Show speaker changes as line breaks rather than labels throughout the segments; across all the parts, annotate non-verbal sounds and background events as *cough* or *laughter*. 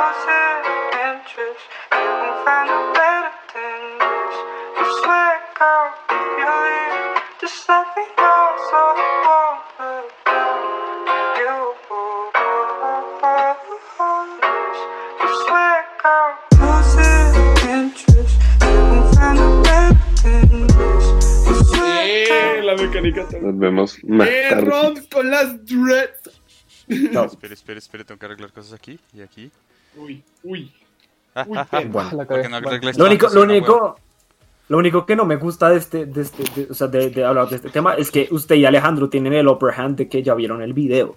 Losing interest, you can find a better than this. You swear, girl, if you leave, just let me know so I won't look down. You, you swear, girl, losing interest, you can find a better than this. You swear, girl.
¡Eh! La mecánica también.
Nos vemos más
¡Eh,
tarde.
Ron con las dreads!
Chao.
Espera, espera, espera, tengo que arreglar cosas aquí y aquí.
Uy, uy.
Ah,
Uy,
ah, ah,
qué-
Bueno.
La
¿por
cagué.
qué no arreglas
Lo único,
tanto,
lo
señora hueva?
único, lo único que no me gusta de este, de este, de- o sea, de, de hablar de este tema es que usted y Alejandro tienen el upper hand de que ya vieron el video.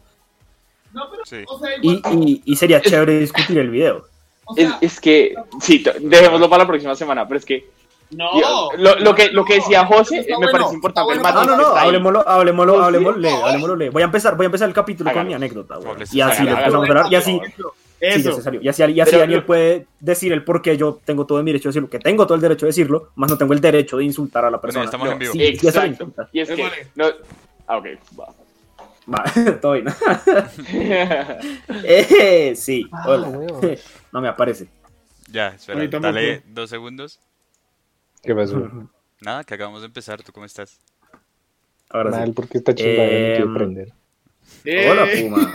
No, pero,
Sí.
o sea,
Y,
igual,
y, y sería chévere discutir el
*laughs*
video.
o
Es,
sea,
es que, sí, to- dejémoslo para la próxima semana, pero es que
no.
yo- lo, lo que, lo que decía José
está
me
bueno,
parece
está
importante. el
bueno.
No,
matiz
no,
que
no,
está ahí.
hablemoslo, hablemoslo,
No, sí.
hablemoslo, leve, hablemoslo, leve. Voy a empezar, voy a empezar el capítulo con
Hágalo.
mi anécdota, güey.
Hágalo,
Y así
hágalo,
lo empezamos a
hágalo.
hablar, y así, sí, ya
Eso.
se salió. Y así, y así
Pero-
Daniel puede decir el por qué yo tengo todo el derecho de decirlo, que tengo todo el derecho de decirlo, más no tengo el derecho de insultar a la persona.
estamos en vivo.
sí, ya se lo
Exacto.
insulta. *laughs*
Y es que,
Vale.
no, ah, ok, va.
Va, *laughs* todo bien. Eh, sí, hola.
huevos.
*laughs* No me aparece.
Ya, espera,
Ahorita me
dale dos segundos.
¿Qué pasó?
Nada, que acabamos de empezar. ¿Tú
*laughs*
cómo estás?
*laughs* Ahora sí.
Mal, porque está chingada y no
Em,
quiere prender.
Eh,
Hola, Puma.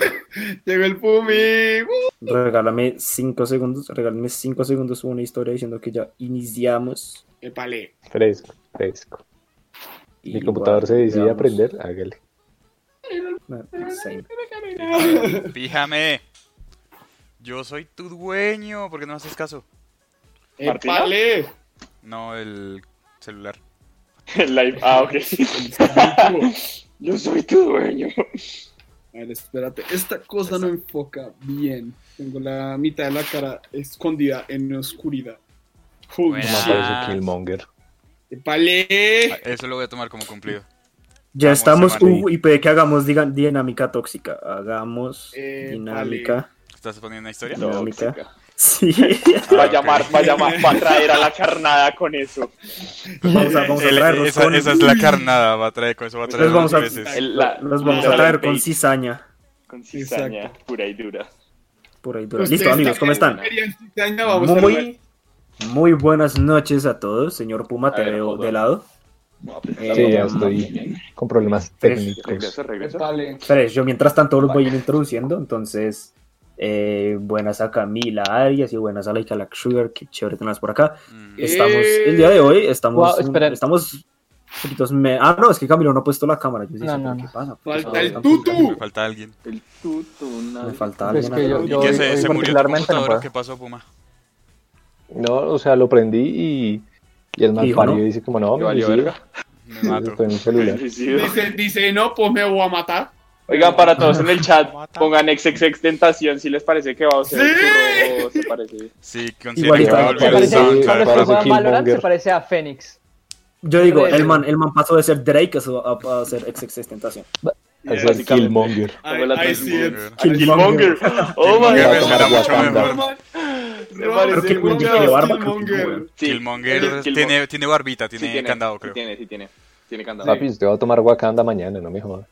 Llegó el Pumi. Uh,
Regálame cinco segundos. Regálame cinco segundos. Hubo una historia diciendo que ya iniciamos.
Eh, Épale.
Fresco, fresco.
y
Mi computador se decide
guardamos-
a prender, hágale.
Ah, same.
Fíjame. Fíjame. Yo soy tu dueño. ¿Por qué no me haces caso?
Eh,
¿Martina?
Épale.
No, el celular.
El *laughs* live, ah, ok. Yo soy tu dueño.
A ver, espérate. Esta cosa no enfoca bien. Tengo la mitad de la cara escondida en la oscuridad. Eh, Holy
Buena.
No
Ah.
shit.
parece Killmonger.
Ah,
¡Épale!
Eso lo voy a tomar como cumplido.
Ya
Vamos,
estamos.
hermano.
uh, y puede que hagamos diga- dinámica tóxica. Hagamos
Eh,
dinámica. *laughs*
¿Estás poniendo una historia?
No. Ah, Dinámica.
Tóxica.
Sí.
Va a
ok.
llamar, va a llamar, va a traer a la carnada con eso.
vamos a, vamos a
El-
traerlos
esa,
con.
esa es la carnada. Va a traer con eso. Va a traer
Entonces vamos
dos
a-
veces.
El- la-
Los vamos
la-
a traer con
con,
cizaña.
cizaña pura y dura.
Por ahí. dura. Listo, amigos, ¿cómo están?
Querían cizaña, vamos a ver.
Muy, muy buenas noches a todos. Señor Puma, te
A ver,
veo
hold
de
on.
lado. Eh,
Sí, ya estoy con problemas técnicos.
pues, Regreso, regreso.
Épale.
Tres. Yo mientras tanto los voy a ir introduciendo, entonces eh, buenas a Camila Arias y buenas a Laika Lack Sugar, qué chévere tenerlas por acá.
Mm,
Eh,
Estamos, el día de hoy estamos,
Wow, espera.
estamos poquitos, me- ah no, es que Camilo no ha puesto la cámara, yo decía,
No, no,
¿pero
no.
¿qué pasa?
Falta
Ah,
el
tampoco-
tutu.
Me falta alguien.
El tutuna.
Me
*laughs*
falta
Es
alguien
que
acá.
yo-
¿Y
yo-
qué
hoy-
se,
hoy
se murió tu
particularmente no
computador?
puedo.
¿Qué pasó, Puma?
No, o sea, lo prendí y, y el mal
Dijo,
parido
¿no?
dice como no,
Y valió
suicido".
verga.
Me mato.
Estoy en un
*laughs*
celular.
Dice, dice, no, pues me voy a matar.
Oigan, para todos en el chat, pongan XXX Tentación si les parece que va a ser
¡Sí!
churro o se parece.
Sí, considero que
Igualita.
va a
Se
volver
parece-
SoundCloud.
parece
Cuando juegan Valorant
Killmonger.
se parece a Fénix.
Yo digo,
Tres.
el man, el man pasó de ser Drake a su- a, a ser XXX Tentación.
Es
Yes.
el Killmonger.
Ahí-
Hola,
ahí sí es.
Killmonger.
Killmonger. *laughs* Oh my
Killmonger pues,
god.
suena mucho
Wakanda.
mejor.
Me parece
Pero
mucho.
Killmonger tiene barba, creo que
Killmonger.
Killmonger.
Sí,
Killmonger
Killmonger.
tiene, tiene barbita,
Sí
tiene candado,
sí
creo.
tiene, sí tiene. Tiene candado.
Papi, usted va a tomar Wakanda mañana, no me jodas.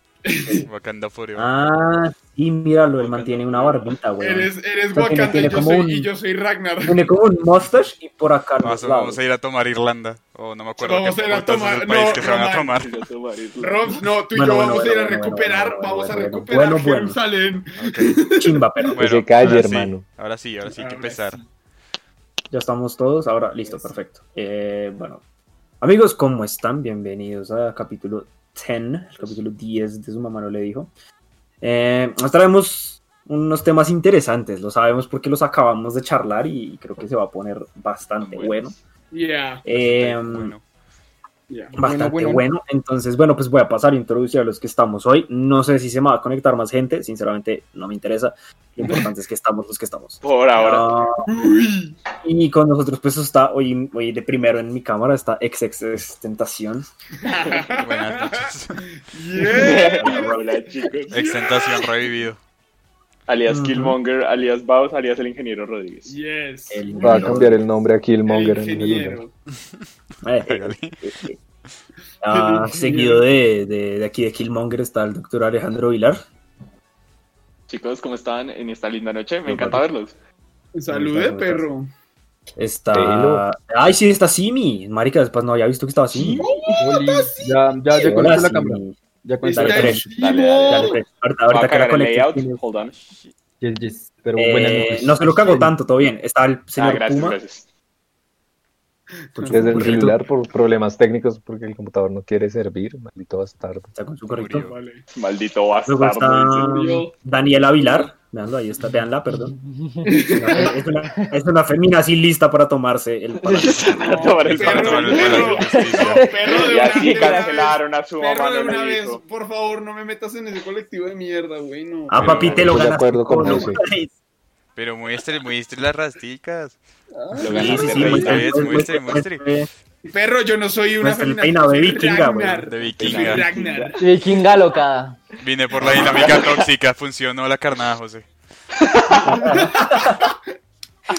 Wakanda Forever.
Ah, y míralo, el man tiene una barbita, güey.
Eres, eres
Creo que
Wakanda
tiene
y yo,
como
soy,
un-
y yo soy
*laughs*
Ragnar.
Tiene como un mustache y por acá
Ah,
los
eso
lados.
vamos a ir a tomar Irlanda. O no me acuerdo
Vamos
qué
a ir a
putas es
tomar-
el país
no,
que se van a
Román.
tomar.
Robs, no, tú y
Bueno,
yo
bueno,
vamos a ir a
bueno, bueno,
recuperar,
bueno, bueno,
vamos a
bueno,
recuperar
bueno, bueno.
Jerusalén.
Ok.
Chimba, pero
Bueno,
se calle,
ahora sí,
hermano.
ahora sí, ahora sí hay
Ahora
que empezar.
sí.
ya estamos todos. Ahora, listo, perfecto. Eh, bueno, amigos, ¿cómo están? Bienvenidos a capítulo 10, el capítulo 10 de su mamá no le dijo. Eh, nos traemos unos temas interesantes, lo sabemos porque los acabamos de charlar y creo que se va a poner bastante bueno.
Yeah,
Eh,
Bueno,
yeah.
Bastante bueno,
Bueno, bueno.
Entonces, bueno, pues voy a pasar a introducir a los que estamos hoy. No sé si se me va a conectar más gente, sinceramente no me interesa. Lo importante es que estamos los que estamos.
Por ahora.
Ah, *laughs* y con nosotros, pues está hoy, hoy de primero en mi cámara, está XXX
*laughs*
Tentación.
*laughs*
buenas noches. *laughs*
Yeah.
Hola,
Eh,
chicos.
Extentación revivido.
Alias
Ujú.
Killmonger, alias Baus, alias el ingeniero Rodríguez.
Yes.
El
Va a
ingeniero.
cambiar el nombre a
El
Killmonger en el celular.
ingeniero.
Eh, eh,
Hágale.
eh, eh. Ah,
El
seguido de, de, de aquí de Killmonger está el doctor Alejandro Vilar.
Chicos, ¿cómo están en esta linda noche? Me
Yo,
encanta verlos.
Salude, eh, perro.
Está.
Pelo.
Ay, sí, está Simi. Marica, después no había visto que estaba Simi.
Oli, ya, ya, ya
Hola,
conecté la
Simi.
cámara. Ya
Está
conecté
dale,
la
en
cámara.
dale,
vivo.
dale, dale,
Dale, pues, ahorita ahorita
Voy a
que la
cagar el layout.
conecte.
Hold on.
Yes, yes, Pero
Eh,
buenas noches.
no se lo cago tanto, todo bien. Está el
Ah,
señor
gracias,
Puma.
gracias.
con su
Desde el
currito.
celular por problemas técnicos porque el computador no quiere servir, maldito bastardo.
Está con su correcto.
Murió.
Vale.
Maldito
Luego está
bastardo. dice.
*laughs*
Daniela Vilar. Veanlo, ahí está, veanla,
*laughs*
perdón. Es una, es una femina así lista para tomarse el palo.
Para tomar el
Para
*laughs*
Perro,
tomar el
perro.
palo de justicia.
Perro de
Ya
una-
sí
de una vez.
cancelaron a su
Perro
mamá.
de
no
una
le
vez,
dijo.
por favor, no me metas en ese colectivo de mierda, güey, no.
A Ah, papi te lo
Estoy de
pues, ganas.
acuerdo con
no,
José.
güey.
Pero muestre, muestre las rasticas.
Ah.
Lo
Sí, sí,
ganaste,
sí,
rey,
muestra,
¿ves? Muestre,
muestra,
muestre.
muestra.
Perro, yo no soy una
Muestra Pues el
feminazi,
peinado de
soy
vikinga, güey.
Ragnar.
De
Soy
vikinga.
Ragnar.
Vikinga loca.
Vine por la dinámica tóxica, funcionó la carnada, José.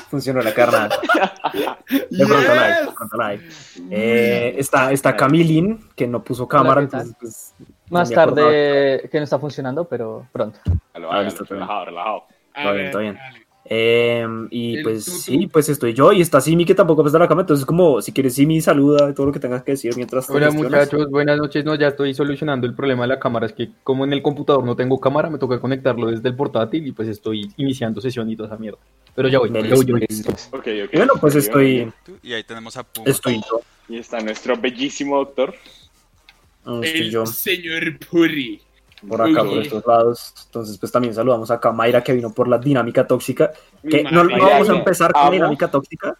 Funcionó la carnada. De pronto la hay, de pronto la hay. Eh, está, está Camilín, que no puso cámara.
¿qué tal?
entonces, pues,
Más
no me acordaba.
tarde, que no está funcionando, pero pronto.
Hágalo,
Ah, listo, está
hágalo,
bien.
relajado, relajado.
A
Todo
ver,
bien, todo bien.
dale.
Eh, y
El
pues
tutu.
sí, pues estoy yo y está Simi que tampoco está en la cámara. Entonces, como si quieres, Simi, saluda todo lo que tengas que decir mientras te
Hola
gestionas.
muchachos, buenas noches. No, ya estoy solucionando el problema de la cámara. Es que como en el computador no tengo cámara, me toca conectarlo desde el portátil y pues estoy iniciando sesión y toda esa mierda. Pero ya voy,
Me
ya voy,
*laughs*
ya voy.
listo.
Ok, ok.
Y bueno, pues
ok,
estoy,
Y ahí tenemos a Puma.
estoy yo.
Y está nuestro bellísimo doctor.
Estoy Ah, yo
El señor Puri.
por acá, por
Uy.
estos lados. Entonces, pues también saludamos acá a Mayra que vino por la dinámica tóxica. Que no, no
Madre.
vamos a
Mayra,
empezar con la
amo.
dinámica tóxica.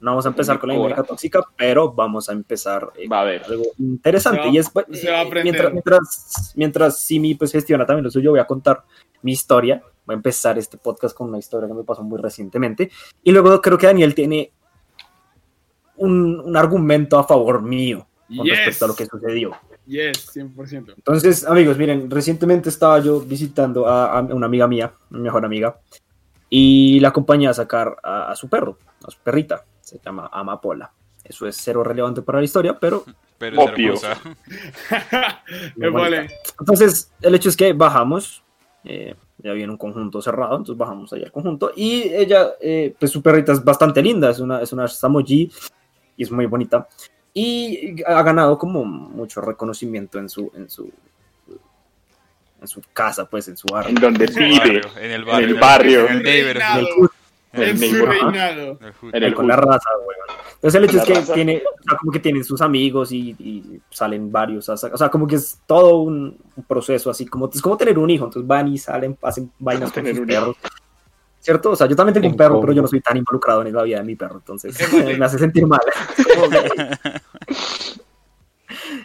No vamos a empezar con la
Cora.
dinámica tóxica, pero vamos a empezar eh,
Va a ver.
algo interesante.
Se va-
y es, pues,
se va a
eh,
aprender.
mientras, mientras, mientras Simi pues, gestiona también lo suyo, voy a contar mi historia. Voy a empezar este podcast con una historia que me pasó muy recientemente. Y luego creo que Daniel tiene un, un argumento a favor mío con
Yes.
respecto a lo que sucedió.
Yes,
*laughs*
100%.
Entonces, amigos, miren, recientemente estaba yo visitando a, a una amiga mía, mi mejor amiga, y la acompañé a sacar a, a su perro, a su perrita. Se llama Amapola. Eso es cero relevante para la historia, pero
Pero es
Obvio.
hermosa.
Eh, vale.
Entonces, el hecho es que bajamos, eh, ya había un conjunto cerrado, entonces bajamos allá al conjunto. Y ella, eh, pues su perrita es bastante linda, es una, es una Samoyed y es muy bonita. Y ha ganado como mucho reconocimiento en su, en su, en su casa, pues en su
En
barrio.
donde
En el
vive.
barrio. En el barrio.
el barrio.
En el neighborhood.
Reinado.
En el
En su
neighborhood.
reinado.
En el hood.
En el
con la
hood.
raza, weón. Entonces el hecho
Con
es
la
que
raza.
tiene, o sea, como que tienen sus amigos y, y salen varios, a sa- o sea, como que es todo un, un proceso así, como es como tener un hijo, entonces van y salen, hacen vainas con
Tener
sus
un hijo.
perros. ¿Cierto? O sea, yo también tengo un
En
perro, pero yo
Congo.
no soy tan involucrado en la vida de mi perro, entonces
Épale.
*laughs* me hace sentir
*laughs*
mal.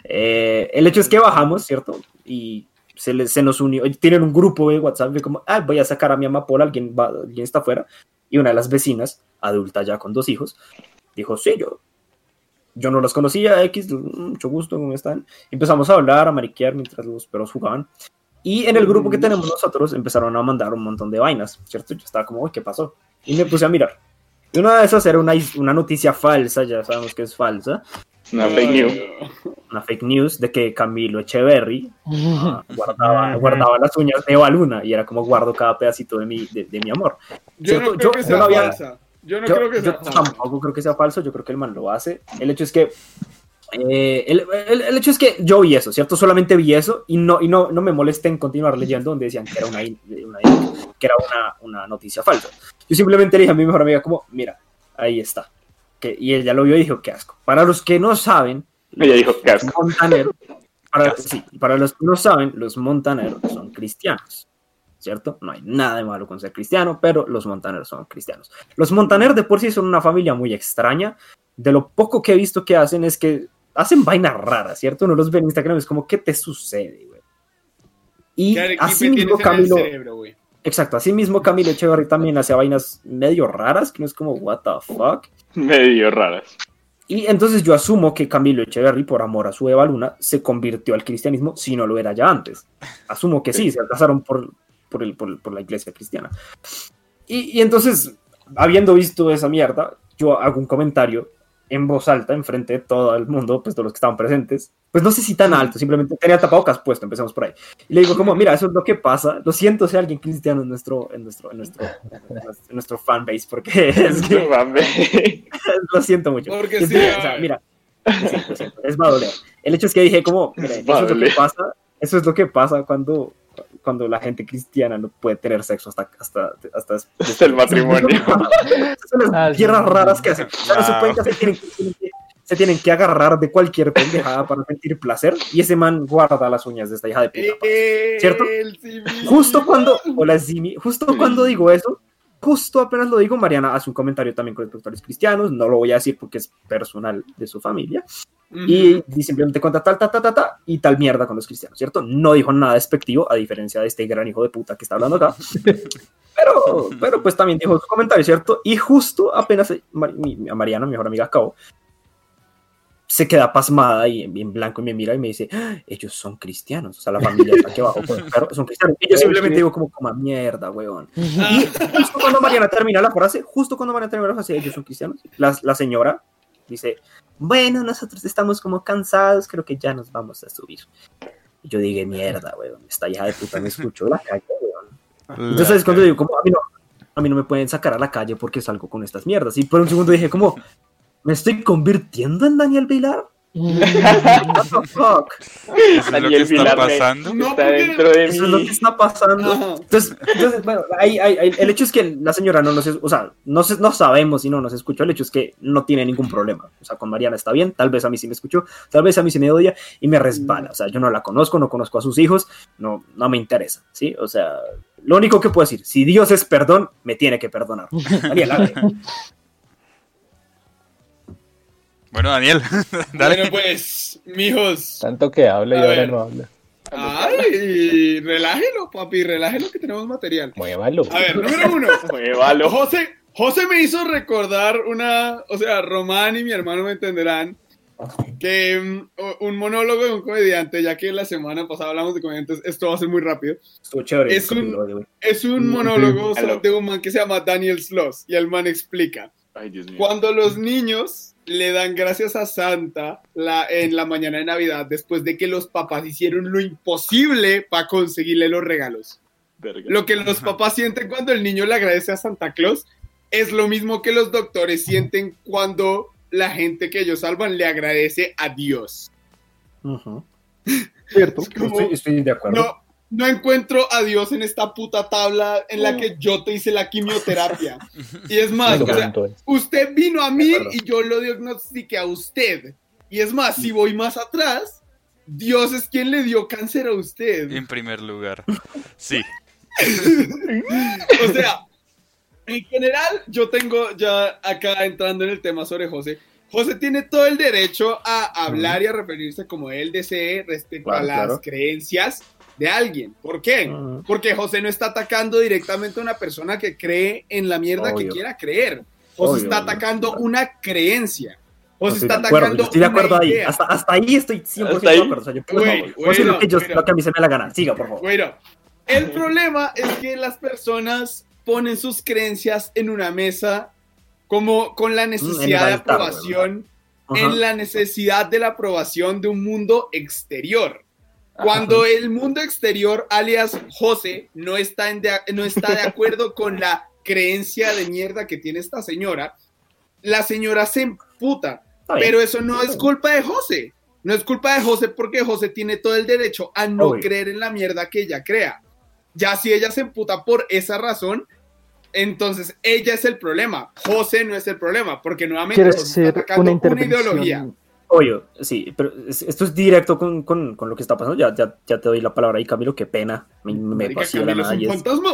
Eh, el hecho es que bajamos, ¿cierto? Y se, le- se nos unió, tienen un grupo de WhatsApp de como, ah, voy a sacar a mi amapola, alguien, va, alguien está afuera. Y una de las vecinas, adulta ya con dos hijos, dijo, sí, yo, yo no los conocía, X, mm, mucho gusto, ¿cómo están? Empezamos a hablar, a mariquear mientras los perros jugaban. Y en el grupo que tenemos nosotros empezaron a mandar un montón de vainas, ¿cierto? Yo estaba como, "Uy, ¿qué pasó? Y me puse a mirar. Y una de esas era una, is- una noticia falsa, ya sabemos que es falsa,
Una fake news.
una fake news de que Camilo Echeverry ah, guardaba, guardaba las uñas de Eva Luna y era como guardo cada pedacito de mi, de, de mi amor.
Yo
Cierto,
no creo
yo-
que
yo
sea
no había-
falsa. Yo no
yo,
creo que
yo
sea falsa.
tampoco creo que sea falso, yo creo que el man lo hace. El hecho es que eh, el, el- el hecho es que yo vi eso, ¿cierto? Solamente vi eso y no, y no, no me molesté en continuar leyendo donde decían que era una, in- una in- que era una, una noticia falsa. Yo simplemente le dije a mi mejor amiga como, mira, ahí está. Que, y ella lo vio y dijo, qué asco. Para los que no saben,
Ella dijo, qué asco.
montaneros, para, sí, para los que no saben, los montaneros son cristianos, ¿cierto? No hay nada de malo con ser cristiano, pero los montaneros son cristianos. Los montaneros de por sí son una familia muy extraña. De lo poco que he visto que hacen es que hacen vainas raras, ¿cierto? Uno los ve en Instagram y es como, ¿qué te sucede, güey? Y
¿Qué Arequipe
así mismo
tienes en el
Camilo,
cerebro, güey?
exacto, así mismo Camilo Echeverry también hace vainas medio raras, que no es como, what the fuck.
*laughs* Medio raras.
Y entonces yo asumo que Camilo Echeverry, por amor a su Eva Luna, se convirtió al cristianismo si no lo era ya antes. Asumo que sí, se alcanzaron por, por, el, por, por la iglesia cristiana. Y, y entonces, habiendo visto esa mierda, yo hago un comentario en voz alta, enfrente de todo el mundo, pues todos los que estaban presentes. Pues no sé si tan alto, simplemente tenía tapabocas puesto, empezamos por ahí. Y le digo como, mira, eso es lo que pasa. Lo siento si alguien cristiano en nuestro, en nuestro, en nuestro, en nuestro fanbase, porque *laughs* es que
*laughs* No mames.
lo siento mucho.
Porque
Es
sí
que, o
hay.
sea, mira, lo siento, lo siento, es va a doler. El hecho es que dije como, mira,
Es
eso
va
es
a
lo que
doler.
pasa, eso es lo que pasa cuando, cuando la gente cristiana no puede tener sexo hasta, hasta, hasta,
*laughs* Hasta el
*laughs*
matrimonio.
Son las
Ah, sí.
tierras raras que hacen. O sea, no se
Wow.
pueden casar, tienen que- tienen que- se tienen que agarrar de cualquier pendejada para sentir placer y ese man guarda las uñas de esta hija de puta.
Eh,
¿Cierto?
El civil.
Eh, Justo cuando, hola Zimi, justo cuando digo eso, justo apenas lo digo, Mariana hace un comentario también con respecto a los cristianos, no lo voy a decir porque es personal de su familia, y dice simplemente cuenta tal, tal, tal, tal, tal, y tal mierda con los cristianos, ¿cierto? No dijo nada despectivo, a diferencia de este gran hijo de puta que está hablando acá. Pero, pero pues también dijo su comentario, ¿cierto? Y justo apenas Mar- mi- mi- a Mariana, mi mejor amiga, acabó, se queda pasmada y en, en blanco y me mira y me dice, "Ah, ellos son cristianos, o sea, la familia está aquí abajo, pues, claro, son cristianos. Y yo simplemente digo como, como mierda, weón. Y justo cuando Mariana termina la frase, justo cuando Mariana termina la frase, ellos son cristianos, la, la señora dice, bueno, nosotros estamos como cansados, creo que ya nos vamos a subir. Y yo dije, mierda, weón, esta hija de puta me escuchó de la calle, weón. Entonces, ¿sabes cuando digo, como, a mí, no, a mí no me pueden sacar a la calle porque salgo con estas mierdas. Y por un segundo dije, como, ¿me estoy convirtiendo en Daniel Vilar? What the fuck?
¿Eso es lo que
Daniel
está
Vilar,
pasando?
No,
Está
porque-
dentro de
Eso es lo que
mí.
está pasando.
Ajá.
Entonces, entonces, bueno, ahí- ahí- ahí- el hecho es que la señora no nos, es- o sea, no, se- no sabemos si no nos escuchó, el hecho es que no tiene ningún problema, o sea, con Mariana está bien, tal vez a mí sí me escuchó, tal vez a mí sí me odia y me resbala, o sea, yo no la conozco, no conozco a sus hijos, no, no me interesa, ¿sí? O sea, lo único que puedo decir, si Dios es perdón, me tiene que perdonar. Daniel, dale.
Bueno, Daniel, *laughs* dale.
Bueno, pues, mijos.
Tanto que habla y
A
ahora
ver.
no habla.
Ay, relájelo, papi, relájelo que tenemos material.
Muévalo.
A ver, número uno.
Muévalo.
José, José me hizo recordar una, o sea, Román y mi hermano me entenderán, que mm, o- un monólogo de un comediante, ya que la semana pasada hablamos de comediantes, esto va a ser muy rápido.
Estuvo chévere.
Es un-
capítulo de hoy.
Es un
Mm,
monólogo
sí. Aló.
de un man que se llama Daniel Sloss y el man explica.
Ay, Dios mío.
Cuando los niños le dan gracias a Santa la, en la mañana de Navidad, después de que los papás hicieron lo imposible para conseguirle los regalos.
Verga.
Lo que los papás sienten cuando el niño le agradece a Santa Claus es lo mismo que los doctores sienten cuando la gente que ellos salvan le agradece a Dios.
Ujú.
¿Cierto?
Es como,
Estoy, estoy de acuerdo.
no, no encuentro a Dios en esta puta tabla en la que yo te hice la quimioterapia. Y es más,
Eso
o sea,
puntual.
usted vino a mí
De acuerdo.
y yo lo diagnostiqué a usted. Y es más, si voy más atrás, Dios es quien le dio cáncer a usted.
En primer lugar. Sí.
O sea, en general, yo tengo ya acá entrando en el tema sobre José. José tiene todo el derecho a hablar y a referirse como él desee respecto a
Claro,
las
claro. Ah.
creencias de alguien. ¿Por qué?
Ujú.
Porque José no está atacando directamente a una persona que cree en la mierda que
Obvio.
quiera creer. José
Obvio,
está
obvio.
atacando una creencia.
No
José
estoy
está
de acuerdo,
atacando
yo estoy de acuerdo
una
ahí.
idea.
Hasta, hasta ahí estoy 100%
Hasta ahí.
de acuerdo. O sea, yo, por
Güey,
favor,
güey,
eso es lo
no,
que, yo,
mira.
lo que a mí se me da la gana. Siga, por favor.
Bueno,
*laughs*
el problema es que las personas ponen sus creencias en una mesa como con la necesidad de
Mm, el altar,
aprobación,
Ajá.
en la necesidad de la aprobación de un mundo exterior. Cuando el mundo exterior, alias José, no está, en de- no está de acuerdo con la creencia de mierda que tiene esta señora, la señora se emputa.
Está bien.
Pero eso no es culpa de José. No es culpa de José porque José tiene todo el derecho a no
Obvio.
creer en la mierda que ella crea. Ya si ella se emputa por esa razón, entonces ella es el problema. José no es el problema porque nuevamente
Quiero
José está
hacer
atacando
una intervención.
ideología.
Obvio, sí, pero es- esto es directo con, con- con lo que está pasando. Ya, ya, ya te doy la palabra ahí, Camilo. Qué pena. Me, me
Marica,
vacío la
Camilo es
nada.
un
y es-
fantasma.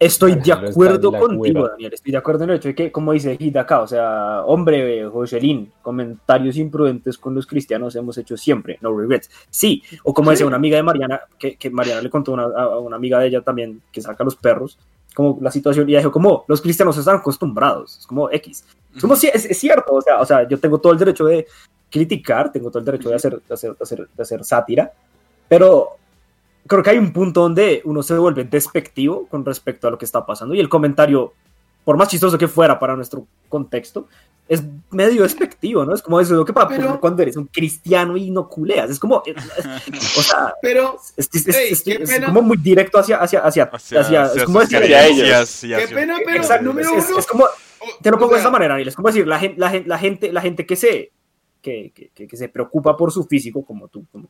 Estoy de
Camilo está
acuerdo
en la
contigo,
cueva.
Daniel. Estoy de acuerdo en el hecho de que, como dice Hit acá, o sea, hombre, eh, Joselín, comentarios imprudentes con los cristianos hemos hecho siempre. No regrets. Sí, o como decía una amiga de Mariana, que, que Mariana le contó una- a a una amiga de ella también que saca los perros. Como la situación, y ella dijo, como los cristianos están acostumbrados, es como X.
*laughs*
Como si- es, es cierto, o sea, o sea, yo tengo todo el derecho de criticar, tengo todo el derecho de hacer, de hacer, de hacer, de hacer sátira, pero creo que hay un punto donde uno se vuelve despectivo con respecto a lo que está pasando y el comentario por más chistoso que fuera para nuestro contexto, es medio despectivo, ¿no? Es como eso, lo que pasa Pues,
Pero-
cuando eres un cristiano y no culeas. Es como, es- es- o sea,
Pero
es, es- es-
Ey,
es-
qué
es
pena.
como muy directo hacia, hacia, hacia, hacia, es como decir,
hacia ellos.
Qué pena, pero
Exacto,
número
es- es-
uno.
es como,
o-
te lo
o
pongo de
sea,
esta manera, Ariel. Es como decir, la gente, la gente, la gente, la gente que se, que, que- que- que se preocupa por su físico, como tú, como-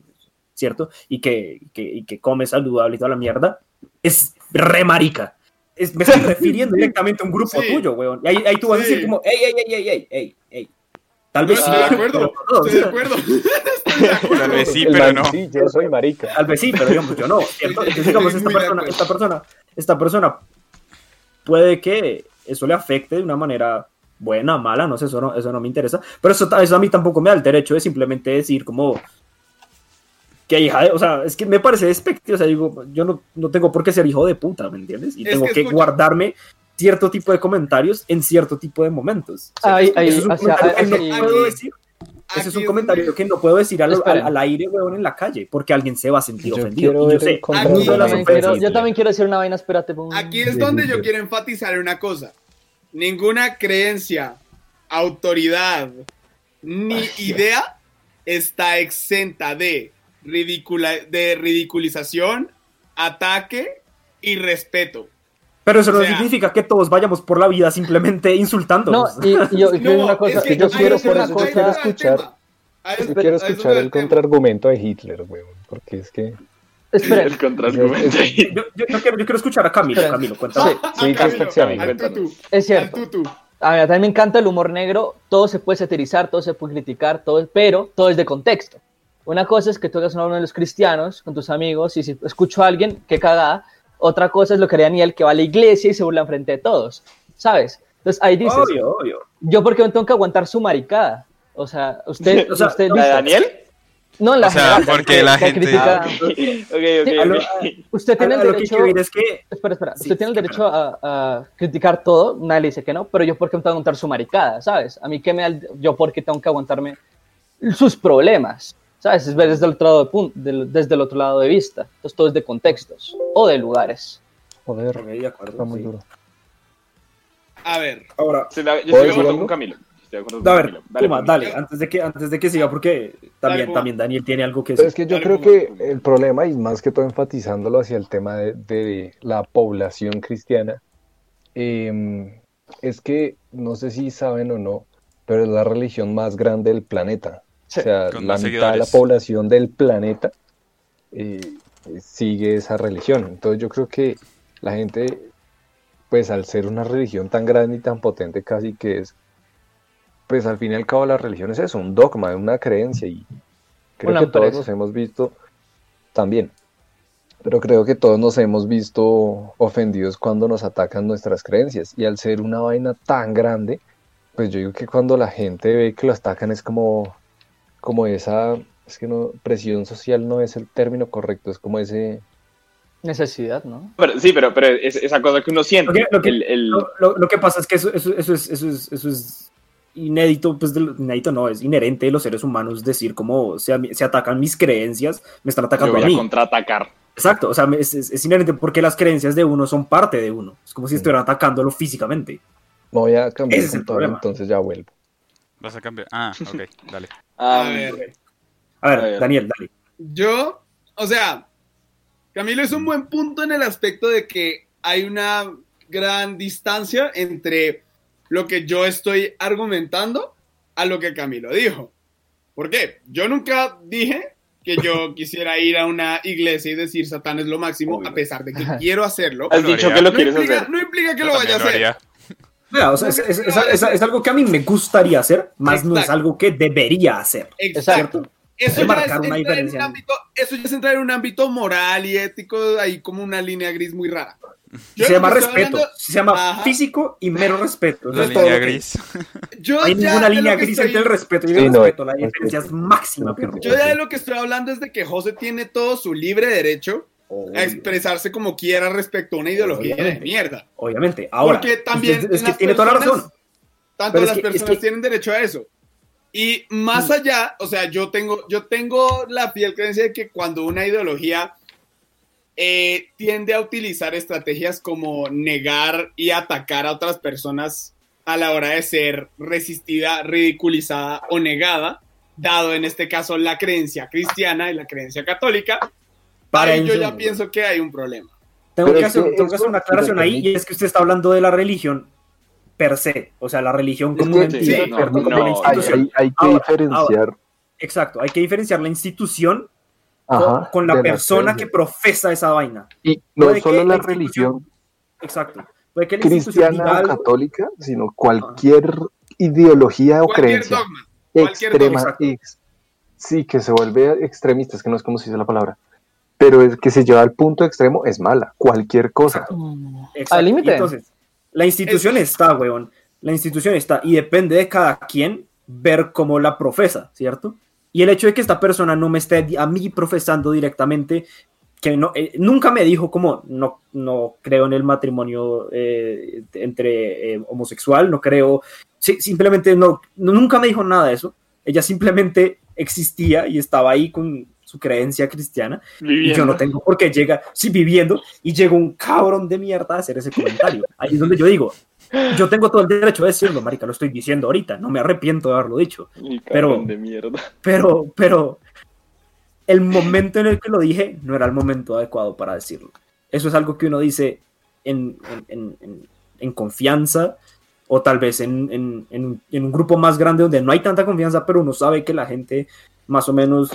¿cierto? Y que, que, y que come saludable y toda la mierda, es re marica. Es,
*laughs*
me estoy refiriendo directamente a un grupo
Sí.
tuyo, weón. Y ahí, ahí tú vas a
Sí.
decir como, ey, ey, ey, ey, ey, ey, ey. Tal
no
vez
estoy de
sí, *laughs*
acuerdo,
pero no,
estoy de
o sea,
acuerdo. Estoy de acuerdo.
Tal vez sí,
El
pero
man,
no.
Sí, yo soy marica.
Tal vez sí, pero digamos, yo
*laughs*
no, ¿cierto? Entonces, digamos,
Estoy
esta
muy de
persona,
acuerdo.
esta persona, esta persona puede que eso le afecte de una manera buena, mala, no sé, eso no, eso no me interesa, pero eso, ta- eso a mí tampoco me da el derecho de simplemente decir como que hija de, o sea, es que me parece despectivo, o sea, digo, yo no, no tengo por qué ser hijo de puta, ¿me entiendes? Y
Es
tengo
que
que
escucha-
guardarme cierto tipo de comentarios en cierto tipo de momentos.
Ahí-
Eso
ahí,
es un
hacia-
comentario que
hacia-
no puedo decir. Ese es
Aquí
un
donde-
comentario que no puedo decir al,
Esperen.
al- al aire, weón, en la calle, porque alguien se va a sentir
Yo
ofendido.
quiero
Y yo
ver
sé,
el control
el mundo de
Yo
las
también,
ofensas.
quiero, yo también quiero decir una vaina, espérate. pum.
Aquí es donde yo quiero enfatizar una cosa. Ninguna creencia, autoridad, ni idea está exenta de, ridicula de ridiculización, ataque y respeto.
Pero eso no
O sea-
significa que todos vayamos por la vida simplemente
No,
insultándonos.
y, y yo quiero decir
*laughs* No,
una cosa.
es que
yo
ahí
quiero-
es
por
donde-
eso
ahí es
quiero
donde va el
escuchar-
tema. Ahí es- ahí
Yo quiero
es donde
escuchar
va
el
tema.
contraargumento de Hitler, weón, porque es que...
Esperen,
*laughs* El contraargumento ahí.
*laughs* Yo, yo- yo quiero, yo quiero escuchar a Camilo.
Espera.
Camilo, cuéntame.
Sí, sí, que
Camilo,
es sexy,
Ah, al
cuéntanos.
tutu,
es
al
cierto.
tutu.
A ver, a mí me encanta el humor negro, todo se puede satirizar, todo se puede criticar, todo, pero todo es de contexto. Una cosa es que tú hagas una broma de los cristianos con tus amigos y si escucho a alguien, qué cagada. Otra cosa es lo que haría Daniel, que va a la iglesia y se burla enfrente de todos, ¿sabes? Entonces ahí dices,
obvio, obvio.
yo porque me tengo que aguantar su maricada. O sea, usted,
*laughs* O sea,
usted
¿la
¿La
dice-
de Daniel?
No, la
O sea,
general,
porque
que-
la
que
gente-
critica-
Ah, ok, ok,
A lo,
ok.
a-
Usted tiene
a
el
Ah, lo eh, que
derecho
quiero ir es que
Espera, espera.
Sí,
Usted tiene el
sí,
derecho a, a criticar todo, nadie le dice que no, pero yo porque tengo que aguantar su maricada, ¿sabes? A mí que me da el- yo porque tengo que aguantarme sus problemas, ¿sabes? Es ver desde el otro lado de pun- del- desde el otro lado de vista. Entonces todo es de contextos o de lugares.
Joder,
Ok, de acuerdo,
está muy
sí.
duro.
A ver,
Ahora,
Sí, la- Yo estoy
¿Puedo
de
decir
acuerdo
algo?
con Camilo. Estoy de acuerdo con
a ver,
Camilo.
dale,
Puma.
dale antes, de que, antes de que siga, porque
Dale,
también,
Puma.
también Daniel tiene algo que
Pero
decir.
es que yo
Dale,
creo
Puma.
que el problema, y más que todo enfatizándolo hacia el tema de, de la población cristiana, eh, es que no sé si saben o no, pero es la religión más grande del planeta.
Sí,
o sea,
con
la
más
mitad de la
seguidores.
población del planeta eh, sigue esa religión. Entonces yo creo que la gente, pues al ser una religión tan grande y tan potente casi que es, pues al fin y al cabo la religión es eso, un dogma, una creencia y creo
Una
que todos
empresa.
nos hemos visto también. Pero creo que todos nos hemos visto ofendidos cuando nos atacan nuestras creencias. Y al ser una vaina tan grande, pues yo digo que cuando la gente ve que lo atacan es como, como esa, es que no, presión social no es el término correcto, es como ese,
Necesidad, ¿no?
Pero- sí, pero, pero es esa cosa que uno
Lo
siente.
que- lo que-
el, el-
Lo, lo- lo que pasa es que eso, eso, eso es, eso, es, eso es inédito, pues de lo- inédito no, es inherente de los seres humanos decir como se, am- se atacan mis creencias, me están
yo
atacando
voy
a
a
mí.
contraatacar.
Exacto, o sea, me- es, es- es inherente porque las creencias de uno son parte de uno. Es como si estuvieran atacándolo físicamente.
no voy a cambiar
Ese es el
con todo,
problema.
entonces ya vuelvo.
Vas a cambiar. Ah, ok, dale.
a
Ah,
ver.
A ver,
A ver.
Daniel, dale.
Yo, o sea, Camilo es un buen punto en el aspecto de que hay una gran distancia entre lo que yo estoy argumentando a lo que Camilo dijo. ¿Por qué? Yo nunca dije que
*laughs*
yo quisiera ir a una iglesia y decir Satán es lo máximo,
Obvio.
a pesar de que quiero hacerlo.
Has
Lo
dicho
haría.
que lo
No
quieres
implica,
hacer.
no implica que
Yo
lo
también
vaya a
lo haría.
hacer.
Mira, o sea, es, es- es- es- es algo que a mí me gustaría hacer, más no es
Exacto.
algo que debería hacer.
Exacto.
Exacto.
Hay
Eso
que
ya, es
marcar
entrar
una
en
diferencia.
un ámbito, eso ya es entrar en un ámbito moral y ético, ahí como una línea gris muy rara. Yo
se
lo
llama
que estoy
respeto,
hablando-
se llama
Ajá.
físico y mero respeto. Eso
La
es todo lo
línea
que-
gris. *laughs*
yo
Hay
ya
ninguna
de
línea
lo que
gris
estoy-
entre el respeto y el
Sí, no,
respeto. la
es-
diferencia es
no,
máxima, perro.
Yo ya de lo que estoy hablando es de que José tiene todo su libre derecho a expresarse como quiera respecto a una ideología de
Obviamente.
mierda.
Obviamente. Ahora,
Porque también
es, es que
las
tiene toda la
personas-
razón.
Tanto
Pero es
las
que- es
personas
que- Mm.
tienen derecho a eso. Y más allá, o sea, yo tengo, yo tengo la fiel creencia de que cuando una ideología eh, tiende a utilizar estrategias como negar y atacar a otras personas a la hora de ser resistida, ridiculizada o negada, dado en este caso la creencia cristiana y la creencia católica,
Para
ahí yo
eso.
ya pienso que hay un problema.
Tengo
Pero
que
es que
hacer, tengo que
eso
hacer una aclaración ahí y es que usted está hablando de la religión per se, o sea, la religión como una
que-
entidad,
sí, no,
perdón, como
no,
una
no,
Hay,
institución.
hay- hay que
Ahora,
diferenciar
Exacto, hay que diferenciar la institución con-
ajá,
con
de
la
las
persona que
creencias.
profesa esa vaina.
Y no
puede
solo
que
la
la institución-
religión
Exacto. Puede que la institución diga
cristiana o
algo,
católica, sino cualquier ideología o
Cualquier
creencia
dogma, cualquier dogma,
extrema.
exacto.
ex- sí, que se vuelve extremista, es que no es como se dice la palabra. Pero es que se lleva al punto extremo es mala, cualquier cosa.
Exacto. Exacto.
Al límite.
Entonces, la institución está, weón. La institución está. Y depende de cada quien ver cómo la profesa, ¿cierto? Y el hecho de que esta persona no me esté di- a mí profesando directamente, que no, eh, nunca me dijo como, no, no creo en el matrimonio eh, entre eh, homosexual, no creo, sí, simplemente no, no- nunca me dijo nada de eso. Ella simplemente existía y estaba ahí con su creencia cristiana y yo no
Viviendo.
tengo por qué llega, sí, viviendo, y llega un cabrón de mierda a hacer ese comentario. Ahí es donde yo digo, yo tengo todo el derecho de decirlo, marica, lo estoy diciendo ahorita, no me arrepiento de haberlo dicho,
Mi
Pero-
cabrón de mierda.
pero, pero el momento en el que lo dije no era el momento adecuado para decirlo. Eso es algo que uno dice en, en- en- en- en confianza o tal vez en, en- en un- en un grupo más grande donde no hay tanta confianza, pero uno sabe que la gente más o menos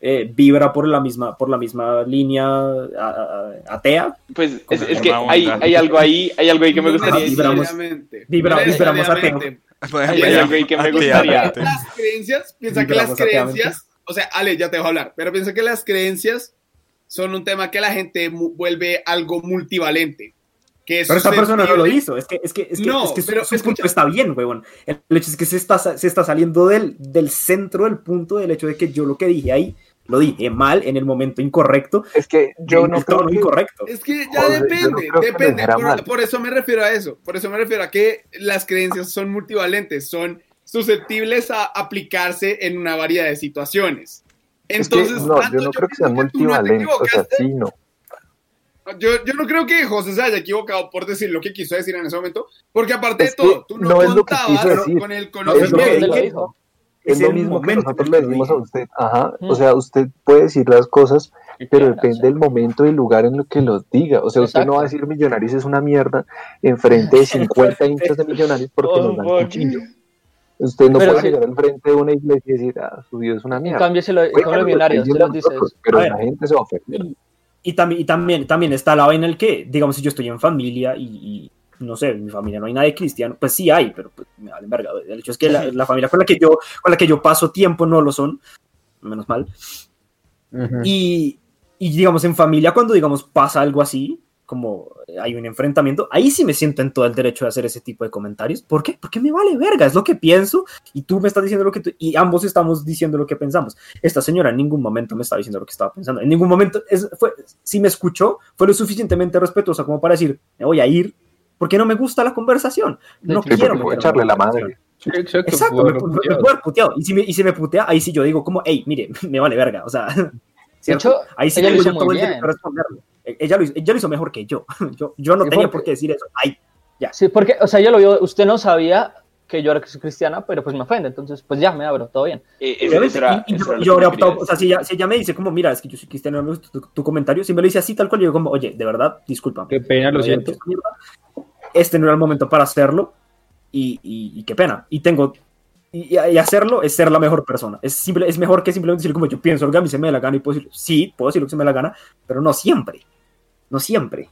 eh, vibra por la misma, por la misma línea a- a- atea.
Pues
Con
es,
la
es que
misma onda.
hay, hay algo ahí, hay algo ahí que me
No
gustaría
Ah,
decir.
vibramos.
necesariamente,
Vibra-
no
vibramos
necesariamente.
ateo.
Bueno,
Hay
ya,
algo
ahí que me
atea,
gustaría.
atea.
las creencias, piensa que las
Libramos rápidamente.
creencias, o sea, Ale, ya te dejo hablar, pero piensa que las creencias son un tema que la gente mu- vuelve algo multivalente. Que es
Pero esta persona no lo
susceptible-
hizo. Es que, es que, es que,
Este No,
es que su,
pero
su punto
escucha.
está bien, huevón. El hecho es que se está, sa- se está saliendo del, del centro del punto del hecho de que yo lo que dije ahí lo dije mal en el momento incorrecto.
Es que yo
en
no
el
creo
tono
que
incorrecto.
Es que ya
Joder, yo no
depende,
creo que
depende.
manejara
Por,
mal.
por eso me refiero a eso. Por eso me refiero a que las creencias son multivalentes, son susceptibles a aplicarse en una variedad de situaciones.
Es que,
Entonces,
no,
tanto
yo no creo que sean
pienso tú no te
multivalentes, o sea,
equivocaste.
sí, no.
Yo, yo no creo que José se haya equivocado por decir lo que quiso decir en ese momento, porque aparte de
Es que
todo, tú no,
no es lo que
contabas
quiso decir.
con el
No, es lo que
conocimiento.
él
lo
que-
dijo.
Es
Es
lo
el
mismo que
momento en
nosotros
el
le
que
decimos a
lo
usted. Ajá,
Mm.
o sea, usted puede decir las cosas, pero depende del momento y lugar en lo que lo diga. O sea, usted no va a decir Millonarios es una mierda enfrente
*laughs*
de 50 hinchas de Millonarios porque
Oh,
nos dan
fuck.
cuchillo. Usted no
Pero
puede
sí.
llegar al frente de una iglesia y decir, ah, su Dios es una
En
mierda.
cambio, se lo, en
Oigan,
cambio, millonarios,
ellos
tú los dices.
nosotros, pero
A ver.
la gente se va a ofender.
Y, también, y también, también está la vaina en el que, digamos, si yo estoy en familia y, y, no sé, en mi familia no hay nadie cristiano, pues sí hay, pero pues, me vale verga. El hecho es que la, la familia con la que, yo, con la que yo paso tiempo no lo son, menos mal. Y, y, digamos, en familia, cuando digamos pasa algo así, como hay un enfrentamiento, ahí sí me siento en todo el derecho de hacer ese tipo de comentarios. ¿Por qué? Porque me vale verga, es lo que pienso y tú me estás diciendo lo que tú, y ambos estamos diciendo lo que pensamos. Esta señora en ningún momento me estaba diciendo lo que estaba pensando, en ningún momento, es, fue, si me escuchó, fue lo suficientemente respetuosa como para decir, me voy a ir porque no me gusta la conversación, no
Sí,
quiero
porque
meterme
puede
en
echarle la
conversación".
madre.
Sí, exacto.
Exacto,
pudo
me,
haberlo
pues,
me- me
puteado.
puede haber puteado. Y si me, y si me putea, ahí sí yo digo como, hey, mire, *laughs* me vale verga. O sea, ¿cierto?
hecho,
ahí sí
ella lo
tengo
hizo
yo
muy
todo el
bien.
derecho de responderle. Eh, Ella lo, hizo, ella lo hizo mejor que yo. *laughs* Yo, yo no
Y
tenía
porque-
por qué decir eso. Ay,
Sí, porque, o sea, yo lo vio, usted no sabía que yo era cristiana, pero pues me ofende, entonces pues ya me abro, todo bien.
Eh, eso-
obviamente,
eso era-
y- y
eso
yo,
era lo
yo
que
habría
me quería
optado, o sea, si ella, si ella me dice como, mira, es que yo soy cristiano, no me gusta tu, tu comentario, si me lo dice así tal cual, yo digo como, oye, de verdad, disculpa.
Qué pena, lo siento.
Este no era el momento para hacerlo y, y- y qué pena. Y tengo. Y, y- y hacerlo es ser la mejor persona. Es, simple, es mejor que simplemente decir como yo pienso, Olga, a mí se me da la gana y puedo decir, sí, puedo decir lo que se me da la gana, pero no siempre. No siempre.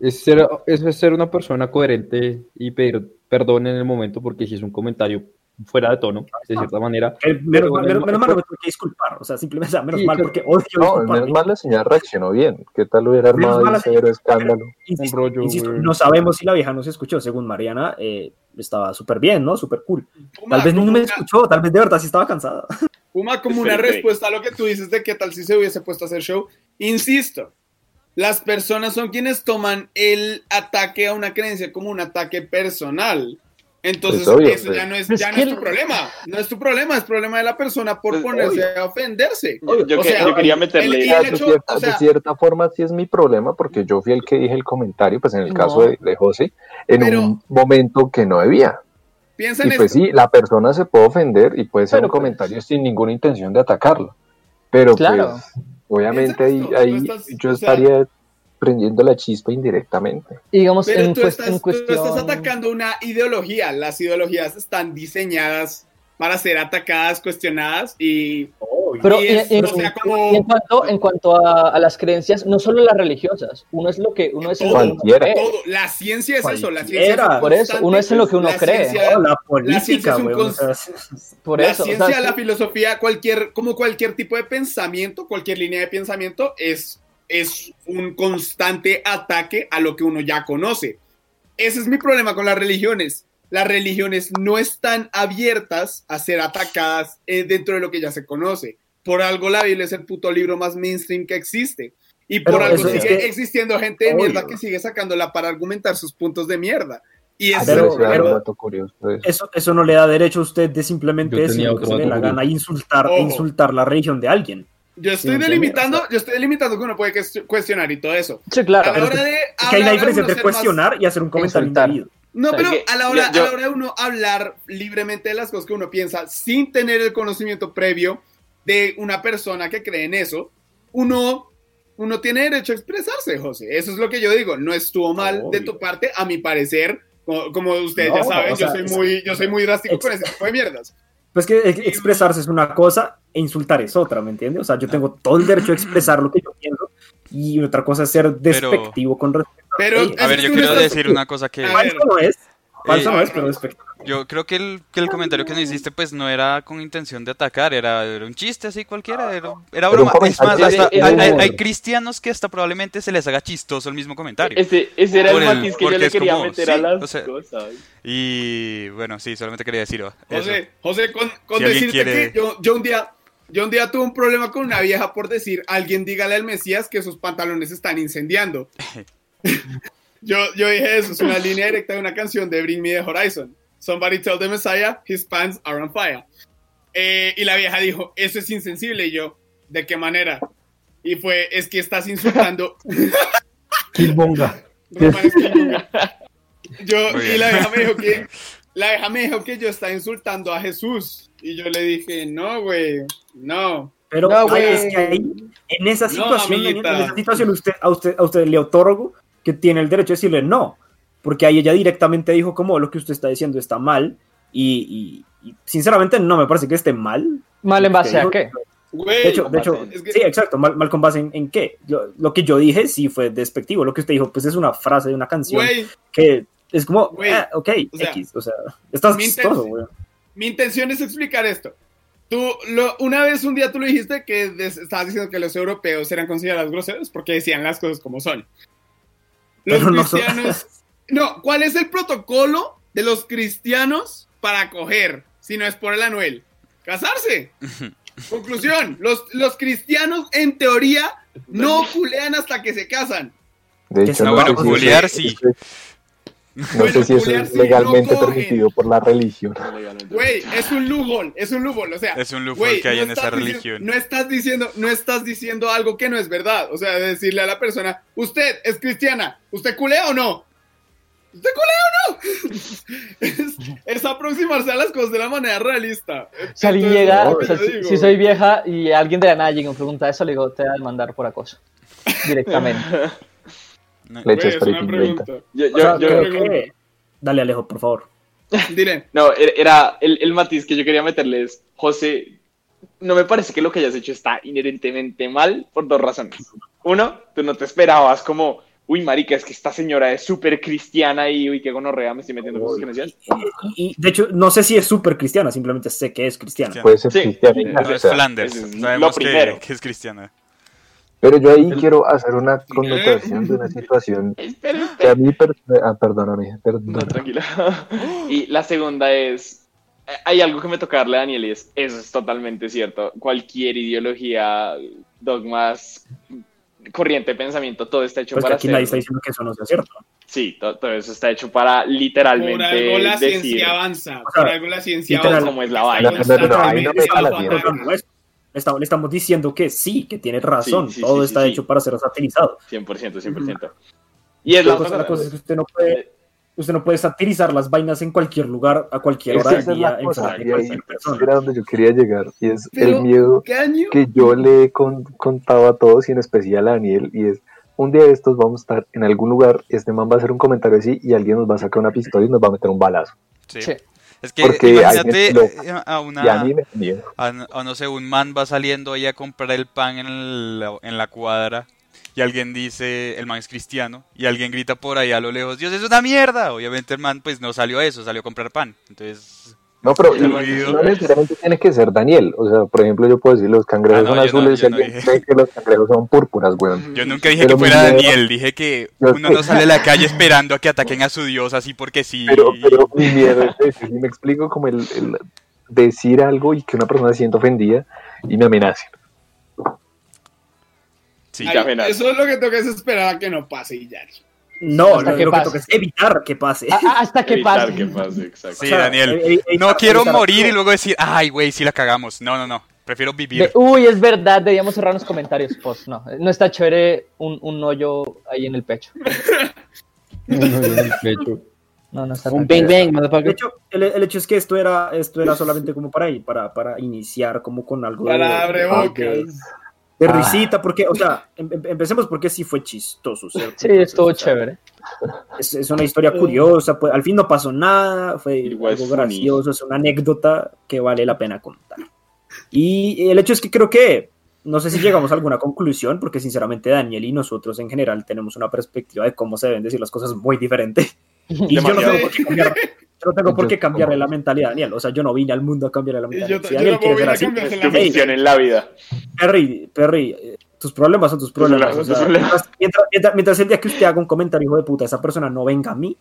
Es ser, eso es ser una persona coherente y pedir perdón en el momento porque si es un comentario fuera de tono, de cierta manera.
Eh, menos,
Pero
mal-
en el
menos-
ma-
menos mal no me tuve que disculpar. O sea, simplemente, o sea, menos
Sí,
mal
claro.
porque odio
No,
disculparme.
menos mal la señora reaccionó bien. ¿Qué tal hubiera
Menos
armado
mal
el
la
cero escándalo?
Insisto,
Un rollo,
insisto,
güey.
no sabemos si la vieja nos escuchó. Según Mariana, eh, estaba súper bien, ¿no? Súper cool.
Puma,
Tal vez no
como
me
una-
escuchó, tal vez de verdad sí estaba cansada.
Puma, como una
Espérate.
respuesta a lo que tú dices de qué tal si se hubiese puesto a hacer show. Insisto, las personas son quienes toman el ataque a una creencia como un ataque personal. Entonces,
Es obvio,
eso
pues.
ya no es,
Pero
ya
es
no es
que-
tu problema. No es tu problema, es problema de la persona por
Pues,
ponerse a ofenderse.
Yo, yo
O
que-
sea,
yo quería
él-
meterle.
él-
sea,
hecho,
de, cierta,
o sea-
de cierta forma sí es mi problema porque yo fui el que dije el comentario, pues en el
No.
caso de, de José, en
Pero-
un momento que no debía.
Piensa en
Y pues
esto.
sí, la persona se puede ofender y puede ser
Pero,
un
pues,
comentario sin ninguna intención de atacarlo. Pero
Claro.
pues obviamente ahí,
Piensa en
ahí
esto, tú estás-
yo
o sea-
estaría prendiendo la chispa indirectamente.
Y digamos, en,
Pero tú
cuest-
estás,
en
tú
cuestión...
estás atacando una ideología. Las ideologías están diseñadas para ser atacadas, cuestionadas y...
Pero
y
en-
es-
en-
o sea, como-
y en cuanto, en cuanto a, a las creencias, no solo las religiosas, uno es lo que uno es en lo que uno
Cualquiera.
cree.
todo. La ciencia es eso. La ciencia es
Cualquiera.
un
Por eso,
constante,
uno es en lo que uno
la
cree.
ciencia-
No, *laughs* la
la ciencia
política,
es un
güey. o sea,
Por
la
eso, o sea,
ciencia, la
sí,
filosofía, cualquier, como cualquier tipo de pensamiento, cualquier línea de pensamiento es, es un constante ataque a lo que uno ya conoce. Ese es mi problema con las religiones. Las religiones no están abiertas a ser atacadas eh, dentro de lo que ya se conoce. Por algo la Biblia es el puto libro más mainstream que existe. Y por
Pero
algo
eso es
sigue
que-
existiendo gente de
Obvio.
mierda que sigue sacándola para argumentar sus puntos de mierda. Y
Ah,
eso
pero-
me pareció
pero-
un dato curioso pues. de eso.
eso, eso no le da derecho a usted de
Yo
simplemente decir
tenía
lo que
otro
se le dé la
dato,
gana y insultar,
Ojo.
insultar la religión de alguien.
Yo estoy
¿me entiendes?
delimitando,
O sea-
yo estoy delimitando que uno puede que- cuestionar y todo eso.
sí, claro.
a la hora de
Es que hay
a la hora
la
de
diferencia
uno
entre
ser más-
cuestionar y hacer un comentario
Insultar.
indebido.
No,
O sea,
pero
es que
a la hora,
yo-
a la hora de uno hablar libremente de las cosas que uno piensa sin tener el conocimiento previo de una persona que cree en eso, uno, uno tiene derecho a expresarse, José. Eso es lo que yo digo. No estuvo mal de tu
Obvio.
parte, a mi parecer. Como, como ustedes
No,
ya saben,
o sea,
yo, soy
es-
muy, yo soy muy drástico
ex-
con ese tipo de mierdas.
Pues que ex- expresarse es una cosa e insultar es otra, ¿me entiendes? O sea, yo tengo todo el derecho a expresar lo que yo pienso y otra cosa es ser despectivo con respecto.
Pero,
Ey,
es
A ver,
que
yo
tú no
quiero
estás-
decir una cosa que...
A ver.
Falso no es, falso
Eh,
no es, pero despectivo.
Yo creo que el, que el comentario que nos hiciste pues no era con intención de atacar, era, era un chiste así cualquiera, era, era
Era un
broma. Es más,
comentario
hasta-
de- de
hay, hay-
humor.
hay cristianos que hasta probablemente se les haga chistoso el mismo comentario.
Ese, este, ese era
Por
el
el-
matiz que yo
porque
le
es
quería
como,
meter
sí,
a las
o sea,
cosas.
Y bueno, sí, solamente quería decir oh, eso.
José, José, con, con
Si alguien
decirte
quiere-
que yo, yo un día, yo un día tuve un problema con una vieja por decir, alguien dígale al Mesías que sus pantalones están
*laughs*
incendiando. yo, yo dije eso, es una línea directa de una canción de Bring Me the Horizon. Somebody tell the Messiah his pants are on fire. Eh, y la vieja dijo, eso es insensible. Y yo, ¿de qué manera? Y fue, es que estás insultando.
Killbonga.
Román
*laughs*
es que nunca. yo,
Muy
y
bien.
la vieja me dijo que
*laughs*
la vieja me dijo que yo estaba insultando a Jesús. Y yo le dije, no, güey, no.
Pero
No,
ay,
güey.
es que ahí, en esa
No,
situación, Daniel,
amiguita.
en esa situación usted, a, usted, a usted le otorgo que tiene el derecho de decirle no, porque ahí ella directamente dijo como lo que usted está diciendo está mal y, y- y sinceramente no me parece que esté mal.
¿Mal en
Lo que
base a
dijo-
qué?
Güey,
De hecho, de hecho
Es que-
sí, exacto, mal, mal con base en, en qué. Yo- lo que yo dije sí fue despectivo, lo que usted dijo pues es una frase de una canción
güey,
que es como,
Güey,
ah, ok,
o sea,
X, o sea, estás
mi
chistoso,
intención-
güey.
mi intención es explicar esto. Tú, lo, una vez, un día tú lo dijiste que des- estabas diciendo que los europeos eran considerados groseros porque decían las cosas como son. Los
Pero no son-
cristianos.
*laughs*
No, ¿cuál es el protocolo de los cristianos para coger si no es por el anuel?
*laughs*
Casarse. Conclusión: los, los cristianos, en teoría, no culean hasta que se casan.
De
que
hecho,
no,
no,
bueno,
sé si eso-
culiar sí.
No sé si eso
Bueno, culiar
es
sí, no
legalmente
cogen.
permitido por la religión.
Güey, es un lujol, es un lujol. O sea,
Es un lujol
Güey,
que hay
no
en esa
estás dici-
religión.
No estás diciendo, no estás diciendo algo que no es verdad. O sea, decirle a la persona, usted es cristiana, ¿usted culea o no? ¿Usted culea o no? *laughs* es, es aproximarse a las cosas de la manera realista.
Si alguien
Entonces,
llega,
es lo
o
que
sea,
yo
si,
digo.
si soy vieja y alguien de la nada llega y me pregunta eso, le digo, te voy a demandar por acoso. Directamente.
*laughs*
No,
Le
Güey,
echas
es
para
una
inventa.
pregunta.
Yo, yo,
O sea,
yo-
creo
pregunto.
que- Dale Alejo, por favor.
Dile,
No, era- era el, el matiz que yo quería meterles. José, no me parece que lo que hayas hecho está inherentemente mal por dos razones. Uno, tú no te esperabas como, uy, marica, es que esta señora es súper cristiana y uy, qué gonorrea me estoy metiendo con sus creencias.
Y, de hecho, no sé si es súper cristiana, simplemente sé que es cristiana.
Cristiana.
Puede ser
Sí.
cristiana.
no,
o
es
sea,
Flanders,
ese es lo
sabemos que,
primero.
que es cristiana.
Pero yo ahí quiero hacer
*laughs*
una connotación de una situación
Espera, espera.
que a mí, per- ah, perdóname,
No,
perdóname.
tranquila. Y la segunda es, eh, hay algo que me toca darle a Daniel y es, eso es totalmente cierto. Cualquier ideología, dogmas, corriente de pensamiento, todo está hecho
Pues que
para
aquí nadie
hacer
está diciendo que eso no sea cierto.
Sí, to- todo, eso está hecho para
Por algo
literalmente
la
decir.
ciencia avanza,
O sea,
por algo la ciencia
literal,
avanza.
como es la
Está
vaina.
No, no, no, ahí
constantemente
no me está la
bajo
mierda.
ataque.
Le estamos, le estamos diciendo que sí, que tiene razón.
Sí, sí,
Todo
sí,
está
sí,
hecho
sí.
para ser satirizado.
100%, 100%. Y es la
La cosa,
otra
la cosa es que usted no puede, usted no puede satirizar las vainas en cualquier lugar, a cualquier
Es
hora del
que esa es
día,
la
en
cosa,
frente de
y ahí
cualquier persona.
era donde yo quería llegar, y es
Pero,
el miedo
¿Qué año?
que yo le he con- contado a todos y en especial a Daniel, y es, un día de estos vamos a estar en algún lugar, este man va a hacer un comentario así y alguien nos va a sacar una pistola y nos va a meter un balazo.
Sí.
Sí.
Es que
Porque hay
imagínate
gente loca.
eh, a
Y a
una,
mí me da miedo.
a, n- a no sé, un man va saliendo ahí a comprar el pan en la, en la cuadra y alguien dice, el man es cristiano, y alguien grita por ahí a lo lejos, Dios es una mierda. Obviamente el man pues no salió a eso, salió a comprar pan. Entonces,
No, pero
El
y-
ruido.
no necesariamente tiene que ser Daniel. O sea, por ejemplo, yo puedo decir los
Ah,
cangrejos
no,
son
yo no,
azules
yo
y
no
alguien
dije.
cree que los cangrejos son púrpuras, weón.
yo nunca dije
Pero
que fuera
mi miedo-
Daniel, dije que
Yo
uno no
sé.
sale a la calle esperando a que ataquen a su Dios así porque sí.
Pero, pero
*laughs*
mi miedo es ese. Si me explico como el, el decir algo y que una persona se sienta ofendida y me amenace.
Sí.
Ay,
Ya verás.
eso es lo que toca es esperar a que no pase y ya.
No,
Hasta
lo,
que
lo que
pase.
toca es evitar que pase.
A- a- hasta que
evitar
pase.
que pase, exacto.
*laughs*
Sí, Daniel.
e- e- evitar-
No quiero
evitar-
morir y luego decir, ay, güey, sí la cagamos. No, no, no. Prefiero
De,
vivir.
Uy, es verdad, debíamos cerrar los comentarios. Pues no, no está chévere un, un hoyo ahí en el pecho. No, no está tan
Un bang
chévere.
bang,
De
motherfucker.
hecho, el, el hecho es que esto era, esto era solamente como para ahí, para, para iniciar como con algo de-
Para abre
de,
bocas.
de
Ah.
risita, porque, o sea, em- em- empecemos porque sí fue chistoso, ¿cierto?
Sí,
Entonces,
estuvo
o sea,
chévere.
Es, es una historia curiosa, pues, al fin no pasó nada, fue
It was
algo
funny.
gracioso, es una anécdota que vale la pena contar. Y el hecho es que creo que, no sé si llegamos a alguna conclusión, porque sinceramente Daniel y nosotros en general tenemos una perspectiva de cómo se deben decir las cosas muy
*laughs*
diferente. Y yo no
Demasiado.
tengo por qué cambiar. Yo no tengo por qué
Yo-
cambiarle la mentalidad, Daniel. O sea, yo no vine al mundo a cambiarle la
Y
mentalidad.
yo,
Si
yo
Daniel
no puedo
quiere
ir a
ser así,
cambiarse
Tu
la
Hey.
misión en la vida.
Perry, Perry, eh, tus problemas son tus problemas.
problemas,
o sea,
tus problemas.
Mientras, mientras- mientras- mientras el día que usted haga un comentario, hijo de puta, esa persona no venga a mí,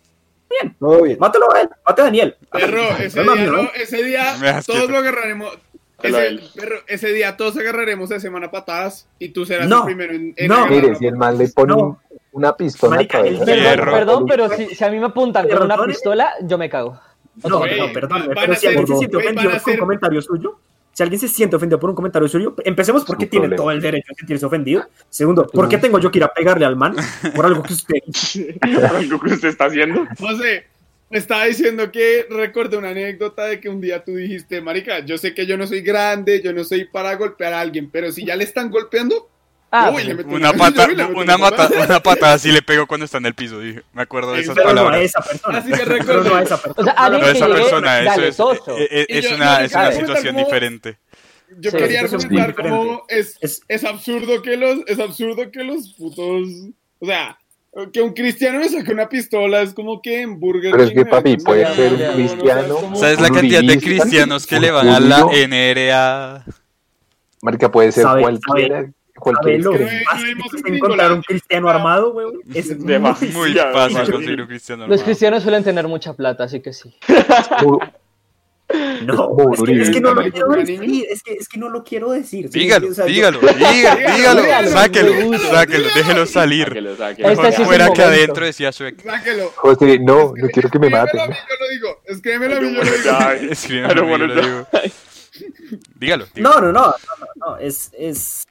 Todo bien.
mátalo a él, mate a Daniel. Ah,
Perro, ese
Problema
día,
mío, ¿no?
no, ese día
Me das
todos
quieto.
lo agarraremos.
Te lo
Ese, *laughs*
*laughs* doy.
perro, ese día todos agarraremos de semana a patadas y tú serás
No,
el primero en, en
no.
agarrar
Mire,
la
si el man le pone
No.
un- una pistola en
Marica,
la
el
cabeza.
perro-
el man-
Perdón,
Hierro.
perdón, pero si, si a mí me apuntan con una
Perdóneme.
pistola, yo me cago.
No,
Güey,
no, perdón,
van- van
pero
a
si alguien se
ser-
siente
güey,
ofendido
van a
por un
ser-
comentario suyo, si alguien se siente ofendido por un comentario suyo, empecemos porque
Su
tiene
problema.
todo el derecho a sentirse ofendido. Segundo, ¿por qué tengo yo que ir a pegarle al man por algo que usted
Algo que usted está haciendo.
José, me estaba diciendo que recuerdo una anécdota de que un día tú dijiste, marica, yo sé que yo no soy grande, yo no soy para golpear a alguien, pero si ya le están golpeando,
Ah,
uy, le meto
Una pata,
uy, le meto
una mata,
patada.
una pata así le pego cuando está en el piso, dije. Me acuerdo de esas
pero no a
palabras.
esa persona?
Así que
Pero no a esa
o
persona.
sea, alguien
No,
que
esa
llegue
persona, eso es,
galletoso.
eh, eh,
Y
es
yo-
una,
yo
es una
dije,
situación
¿cómo?
diferente.
Yo
Sí,
quería
es un
argumentar
diferente.
cómo es,
Es-
es absurdo que los, es absurdo que los putos, o sea, que un cristiano me saque una pistola es como que en Burger
Pero es
King
que,
me
papi,
meten
puede
una
ser un
bala, weón, o sea, es
cristiano.
como-
¿Sabes la
Un
cantidad de
rudista,
cristianos que
un
le van a la
judío.
NRA?
Marica, puede ser
Sabe-
cualquiera. cualquier
Sabelo,
que
es
no
fácil
hemos
que
escrito
encontrar
la-
un cristiano armado, weón. Es
Demasiado.
Muy
Ya,
fácil
sí.
conseguir un cristiano
Los
armado.
cristianos suelen tener mucha plata, así que sí.
Mu-
No,
Muy
es que, es que no lo
horrible.
quiero decir, es que, es que no lo quiero decir. ¿sí?
Dígalo,
O sea, yo- *laughs*
dígalo, dígalo, dígalo,
dígalo,
sáquelo,
dígalo,
sáquelo, déjelo
Ah, que
salir.
lo saque.
Este
Mejor
sí es el
fuera que
momento.
adentro decía Shrek.
Sáquelo.
José, no, no quiero que me maten.
Escríbemelo a mí, yo lo digo. Escríbemelo a mí, yo lo digo.
*laughs*
Ay,
Escríbeme,
I don't
yo
wanna
lo digo.
die.
Dígalo, dígalo.
No, no, no, no, no, no, Es, es,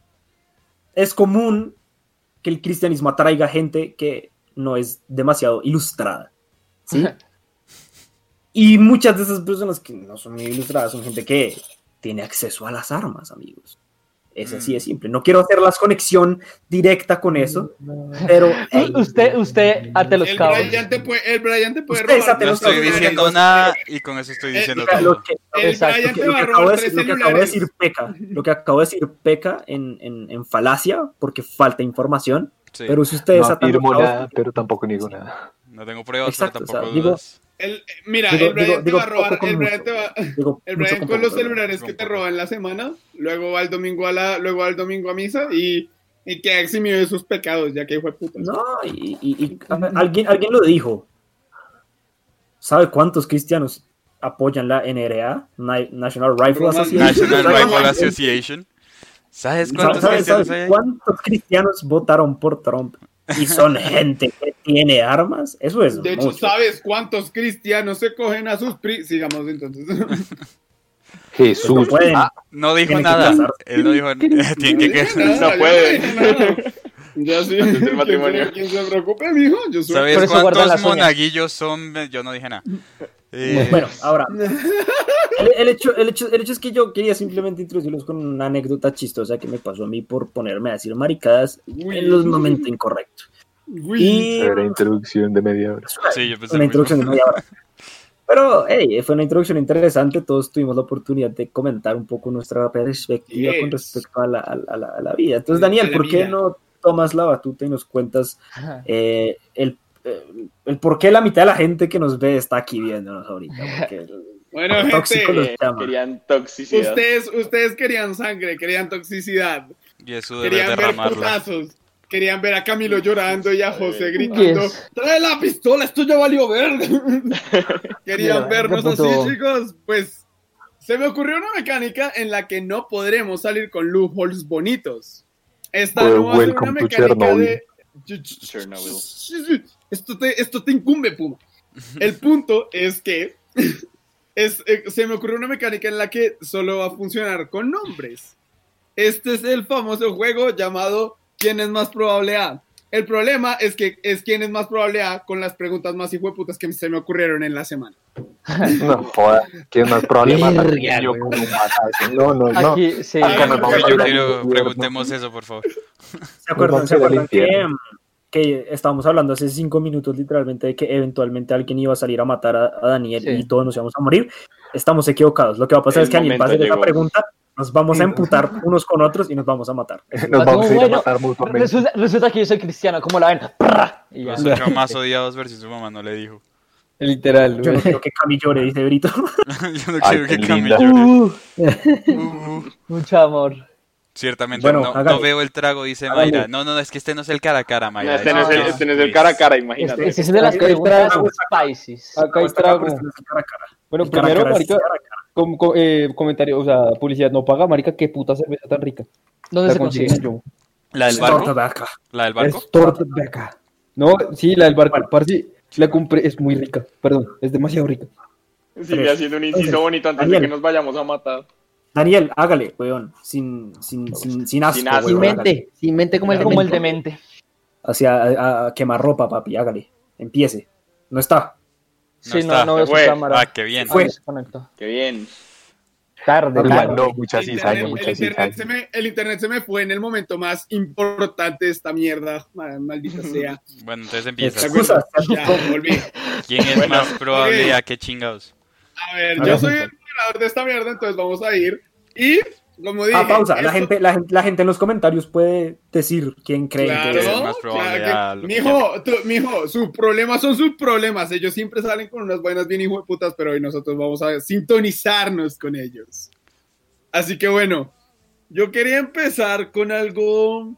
es común que el cristianismo atraiga gente que no es demasiado ilustrada. ¿sí? Y muchas de esas personas que no son muy ilustradas son gente que tiene acceso a las armas, amigos. Es así
Mm.
de simple. No quiero hacer la conexión directa con eso, pero hey,
Usted, usted, ate los
El
cabos.
Brian te puede, el Brian te puede
Ustedes
robar.
ate
No
los
estoy
no, no,
diciendo
no,
nada y con eso estoy diciendo
mira,
todo.
lo que,
El
Exacto,
Brian
que-
te
lo
va a
que acabo de
robar
decir,
tres
lo que acabo de
celulares.
decir peca, lo que acabo de decir peca en, en- en falacia porque falta información,
Sí,
pero si ustedes
No
atan los
afirmo
cabos-
nada, pero tampoco niego nada.
no tengo pruebas, pero
Exacto, o sea,
tampoco
digo-
dudas.
El- mira,
digo-
el Brian
digo-
te
digo
va a robar.
poco con
El Brian
mucho.
te va.
digo,
El
mucho
Brian
con
con los
poco,
celulares que te
Con poco.
roban la semana, luego va el domingo a la, luego va el domingo a misa y, y queda eximido de sus pecados, ya que hijo de puta.
No, y, y- y- a- alguien, alguien lo dijo. ¿Sabe cuántos cristianos apoyan la NRA? Na- National Rifle
Roman-
Association. *laughs*
National
¿Sabe
Rifle
cuántos-
Association. ¿Sabes
¿Sabe-
cuántos
sabe-
cristianos
sabe
hay ahí?
cuántos cristianos votaron por Trump?
*laughs*
y son gente que tiene armas, eso es
De hecho,
mucho.
¿sabes cuántos cristianos se cogen a sus pri? Sigamos entonces. *laughs*
Pues no
Jesús.
pueden.
Ah,
No dijo
Tiene que
nada.
casarse.
Él no dijo *laughs* tiene que
Nada,
No
yo
puede.
dije nada. Ya sí. *laughs*
Antes del
¿Quién se-
matrimonio.
¿Quién se preocupe, mijo? Yo soy.
Por
¿Sabes
eso guardan
cuántos
las uñas.
monaguillos son? Yo no dije nada. Eh,
*laughs* Bueno, ahora, el, el hecho, el, hecho, el hecho es que yo quería simplemente introducirlos con una anécdota chistosa que me pasó a mí por ponerme a decir maricadas
Uy.
en los momentos incorrectos.
Uy.
Y
Era introducción de media
*laughs*
hora.
sí, yo pensé. lo mismo.
una introducción de media hora. Pero, hey, fue una introducción interesante. Todos tuvimos la oportunidad de comentar un poco nuestra perspectiva
Yes.
con respecto a la, a la- a la- a la vida. Entonces,
A la
Daniel, ¿por qué
vida.
no tomas la batuta y nos cuentas eh, el, eh, el por qué la mitad de la gente que nos ve está aquí viéndonos ahorita? Porque
Bueno, gente.
Tóxico los
Eh,
llama.
*laughs* querían toxicidad.
Ustedes, ustedes querían sangre, querían toxicidad,
Y eso debe
querían ver
derramarla.
putazos, querían ver a Camilo llorando y a José gritando,
Yes.
trae la pistola, esto ya valió verga. querían
Mira,
vernos
ese punto-
así, chicos. Pues se me ocurrió una mecánica en la que no podremos salir con loopholes bonitos. Esta
Well,
no va a ser una
welcome to
mecánica de...
Chernobyl.
Esto te, esto te incumbe, Puma. El punto es que *laughs* es, eh, se me ocurrió una mecánica en la que solo va a funcionar con nombres. Este es el famoso juego llamado ¿Quién es más probable A? El problema es que es quién es más probable A con las preguntas más hijueputas que se me ocurrieron en la semana.
No, joda. ¿Quién más probable mata?
Verga,
Yo
güey.
como mata. No, no, no.
Aquí, sí.
Acá nos vamos a
Yo
llorar.
quiero preguntemos eso, por favor.
¿Se acuerdan,
Nos
¿se
vamos a ir al
acuerdan que,
infierno.
que estábamos hablando hace cinco minutos literalmente de que eventualmente alguien iba a salir a matar a, a Daniel
Sí.
y todos nos íbamos a morir? Estamos equivocados. Lo que va a pasar
El
es que alguien va a hacer
momento
esa
llegó.
pregunta, nos vamos a emputar unos con otros y nos vamos a matar.
*laughs* Nos vamos a ir a
Bueno,
matar mutuamente.
Resulta, resulta que yo soy cristiano, ¿cómo la ven? ¡Prra! Y ya.
Los ocho más odiados versus su mamá no le dijo. *laughs*
Literal.
Yo no
güey.
quiero que Cami llore, dice Brito. *laughs*
Yo no
Ay,
quiero
qué
que Cami
linda.
llore.
Uh,
Uh, uh.
mucho amor.
Ciertamente,
Bueno,
no,
hágale.
no veo el trago, dice
Hágale.
Mayra. No, no, no, es que este no es el cara a cara,
No,
Mayra.
este no es el, este no es el
Luis.
cara a cara, imagínate.
Ese este es de las
Acá hay
preguntas
trago.
spices.
Acá hay
Está acá,
trago.
pero está cara a cara.
Bueno,
El cara a
primero,
cara es
marica,
cara a cara.
com- co- eh, comentario, o sea, publicidad no paga, marica, qué puta cerveza tan rica.
¿Dónde
La
se
conseguí
consigue?
yo.
¿La del barco?
Torta de acá.
¿La del barco?
Es torta de acá. No, sí, la del barco. Parce, la compré, es muy rica. Perdón, es demasiado rica.
Sigue haciendo un inciso
Entonces,
bonito antes de
Daniel.
que nos vayamos a matar.
Daniel, hágale, weón. Sin, sin, sin, sin asco,
Sin asco.
weón,
Sin
hágale.
sin mente
Como el, como el demente.
Hacia a, a quemar ropa, papi, hágale. Empiece. No está.
Sí,
está.
no, no veo su
Fue.
cámara.
Ah, qué bien.
Ah,
Fue.
se conectó.
Qué bien.
Tarde,
Uy,
tarde.
No, mucha
El
cizaña,
internet-
mucha
el, internet se
cizaña.
me, el internet se me fue en el momento más importante de esta mierda, mal- maldita sea.
Bueno, entonces empieza.
Excusas.
Ya, volví.
¿Quién es más probable a qué chingados?
A ver,
Ahora
yo soy
sí.
el moderador de esta mierda, entonces vamos a ir. Y, como dije...
Ah, pausa. La,
esto-
gente, la, gente- la gente en los comentarios puede decir quién cree que
es
Claro,
más probable a
claro
lo
que-
que
mijo, tú- mijo, sus problemas son sus problemas. Ellos siempre salen con unas vainas bien hijo de putas, pero hoy nosotros vamos a sintonizarnos con ellos. Así que bueno, yo quería empezar con algo.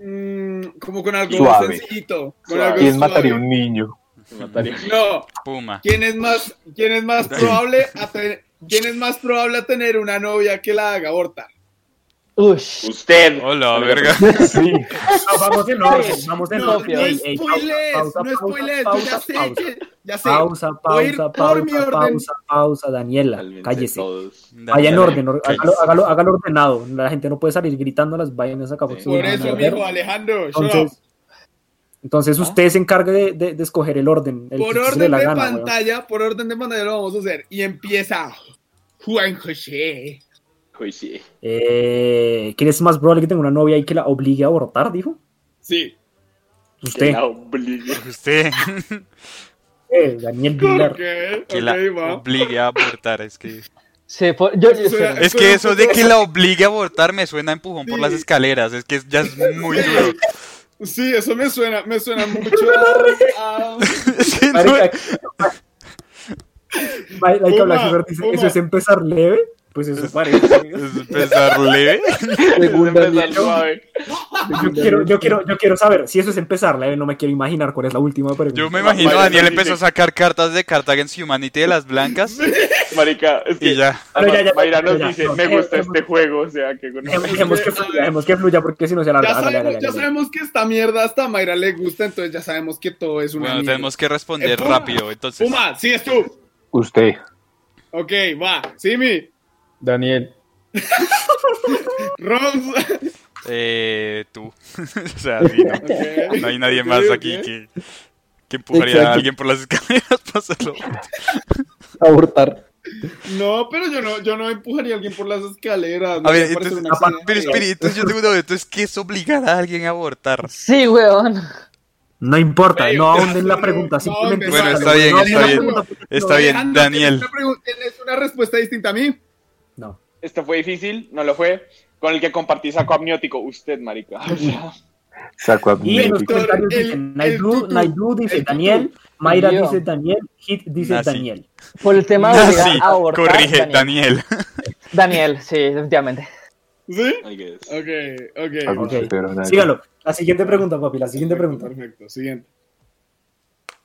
mm, como con algo
Suave.
sencillito. Con
Suave.
algo
¿Quién
suave.
mataría a un niño?
*laughs*
Mataría.
No,
Puma.
¿quién es más, quién es más probable a tener. ¿Quién es más probable a tener una novia que la haga abortar?
Ush.
Usted.
Hola, verga.
Sí.
No, vamos en orden, vamos en
No, no
orden. Ey, ey,
spoilees,
pausa,
no
pausa,
spoilees, yo
pausa,
ya sé
pausa.
que, ya sé,
Pausa,
Voy a ir
pausa,
por mi
pausa,
orden.
pausa, pausa, Daniela,
Cálmense
cállese.
todos.
Vaya en
Dale,
orden, or-
cállese.
hágalo, hágalo, hágalo ordenado. La gente no puede salir gritando las vainas acá porque
Sí.
se
Por
van a
eso,
perder.
mijo, Alejandro, shut up.
Entonces, entonces usted se encargue de, de- de escoger el orden. El
por
que usted
orden
le dé
de
la gana, weón.
pantalla, por orden de pantalla lo vamos a hacer. Y empieza Juan José.
Uy, sí.
Eh, ¿Quién es más probable que tenga una novia y que la obligue a abortar? Dijo.
Sí.
Que
Usted,
la obligue.
Usted.
eh, Daniel Villar.
Ok,
Que la
ok, va.
obligue a abortar. Es que,
Se fue- yo- yo-
Eso era-
es que eso de que la obligue a abortar me suena a empujón por
Sí.
las escaleras. Es que ya es
*laughs*
muy duro. Oh.
Sí, eso me suena, me
*laughs*
suena mucho a... a-
Es que no- *laughs*
Marica, *laughs* Mike- Like
Puma,
Black Shepherd dice,
Puma.
eso es empezar leve. Pues eso parece.
es pesar leve.
Empezar
Segunda,
suave.
Yo quiero, yo, quiero, yo quiero saber, si eso es empezar, la- no me quiero imaginar cuál es la última pregunta.
Yo me imagino
Vale,
a Daniel
no,
empezó a
dice-
sacar cartas de Carta Against Humanity de las blancas
Marica, es que
y ya.
Pero ya, ya,
Mayra nos
ya, ya,
dice,
no,
me
eh,
gusta
eh,
este juego, o sea,
*laughs*
que
Dejemos- Dejemos que fluya, dejemos que fluya porque si no se
Ya
alarga. Hágale,
sabemos,
hágale,
ya
hágale.
sabemos que esta mierda hasta a Mayra le gusta, entonces ya sabemos que todo es una
Bueno,
mierda.
tenemos que responder
Eh, Puma.
rápido, entonces.
Puma, sigues tú.
Usted.
Ok, va. Simi,
Daniel,
*laughs* Roms.
Eh, tú. *laughs* o sea, sí, no.
Ok.
No hay nadie más
Ok,
aquí
ok.
que, que empujaría a
Exacto.
alguien por las escaleras *laughs* para hacerlo.
Abortar.
No, pero yo no, yo no empujaría a alguien por las escaleras. no
A ver,
me parece
entonces-
una
Aparte-
acción.
Pero espere, entonces yo tengo una duda, entonces ¿qué es obligar a alguien a abortar?
Sí, weón.
No importa,
Medio
no
caso,
ahonden la
no,
pregunta,
no
simplemente.
ahonden. Bueno,
sácalo,
está bien,
no ahonden
está
la
bien.
pregunta, porque
Está
no-
bien,
Alejandro,
Daniel.
¿tienes una pregun- ¿Tienes una respuesta distinta a mí?
No.
Esto fue difícil, no lo fue. Con el que compartí saco amniótico, usted, marica. *laughs* O sea,
Saco
Y en los
amniótico.
Doctor,
comentarios
el-
dicen,
el
Naidu,
tutú,
Naidu
el Ah,
dice
tutú.
Daniel, Mayra
Yo.
dice Daniel, Hit dice
Nazi.
Daniel.
Por el tema de
Ah,
obligar
sí,
a abortar.
corrige,
Daniel.
Daniel.
Daniel,
*laughs*
sí, definitivamente.
¿Sí?
I guess.
Ok, ok.
Algo
Ok.
supero, nadie.
Sígalo. La siguiente pregunta, papi, la siguiente
Perfecto,
pregunta.
Perfecto, siguiente.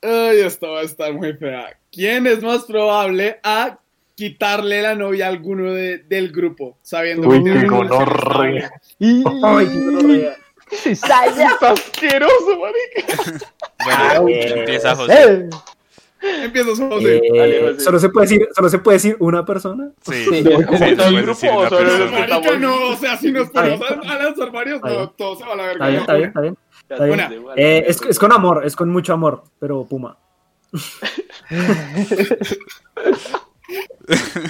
Ay, esta va a estar muy fea. ¿Quién es más probable a quitarle la novia a alguno de- del grupo? Sabiendo
Uy,
tiene
qué
una relación
gonorrea.
estable?
*laughs*
Mm,
Ay, qué gonorrea.
*laughs* ¡Cizalla!
Está asqueroso, marica.
Bueno,
Eh,
empieza José.
Ah, ¡Eh!
Empiezas, José.
Eh,
José.
solo se puede decir, solo se puede decir una persona.
Sí,
Sí.
sí,
todo
¿Cómo
el
puedes decir
grupo
una
o solo los
No,
persona.
marica,
estamos-
no, o sea, si nos
Está bien.
ponemos a, a lanzar varios,
Está
no,
bien.
todo se va a la
Está bien, está bien,
verga.
está bien.
Ya,
Bueno,
de igual,
Eh,
de
es,
igual.
es con amor, es con mucho amor, pero Puma.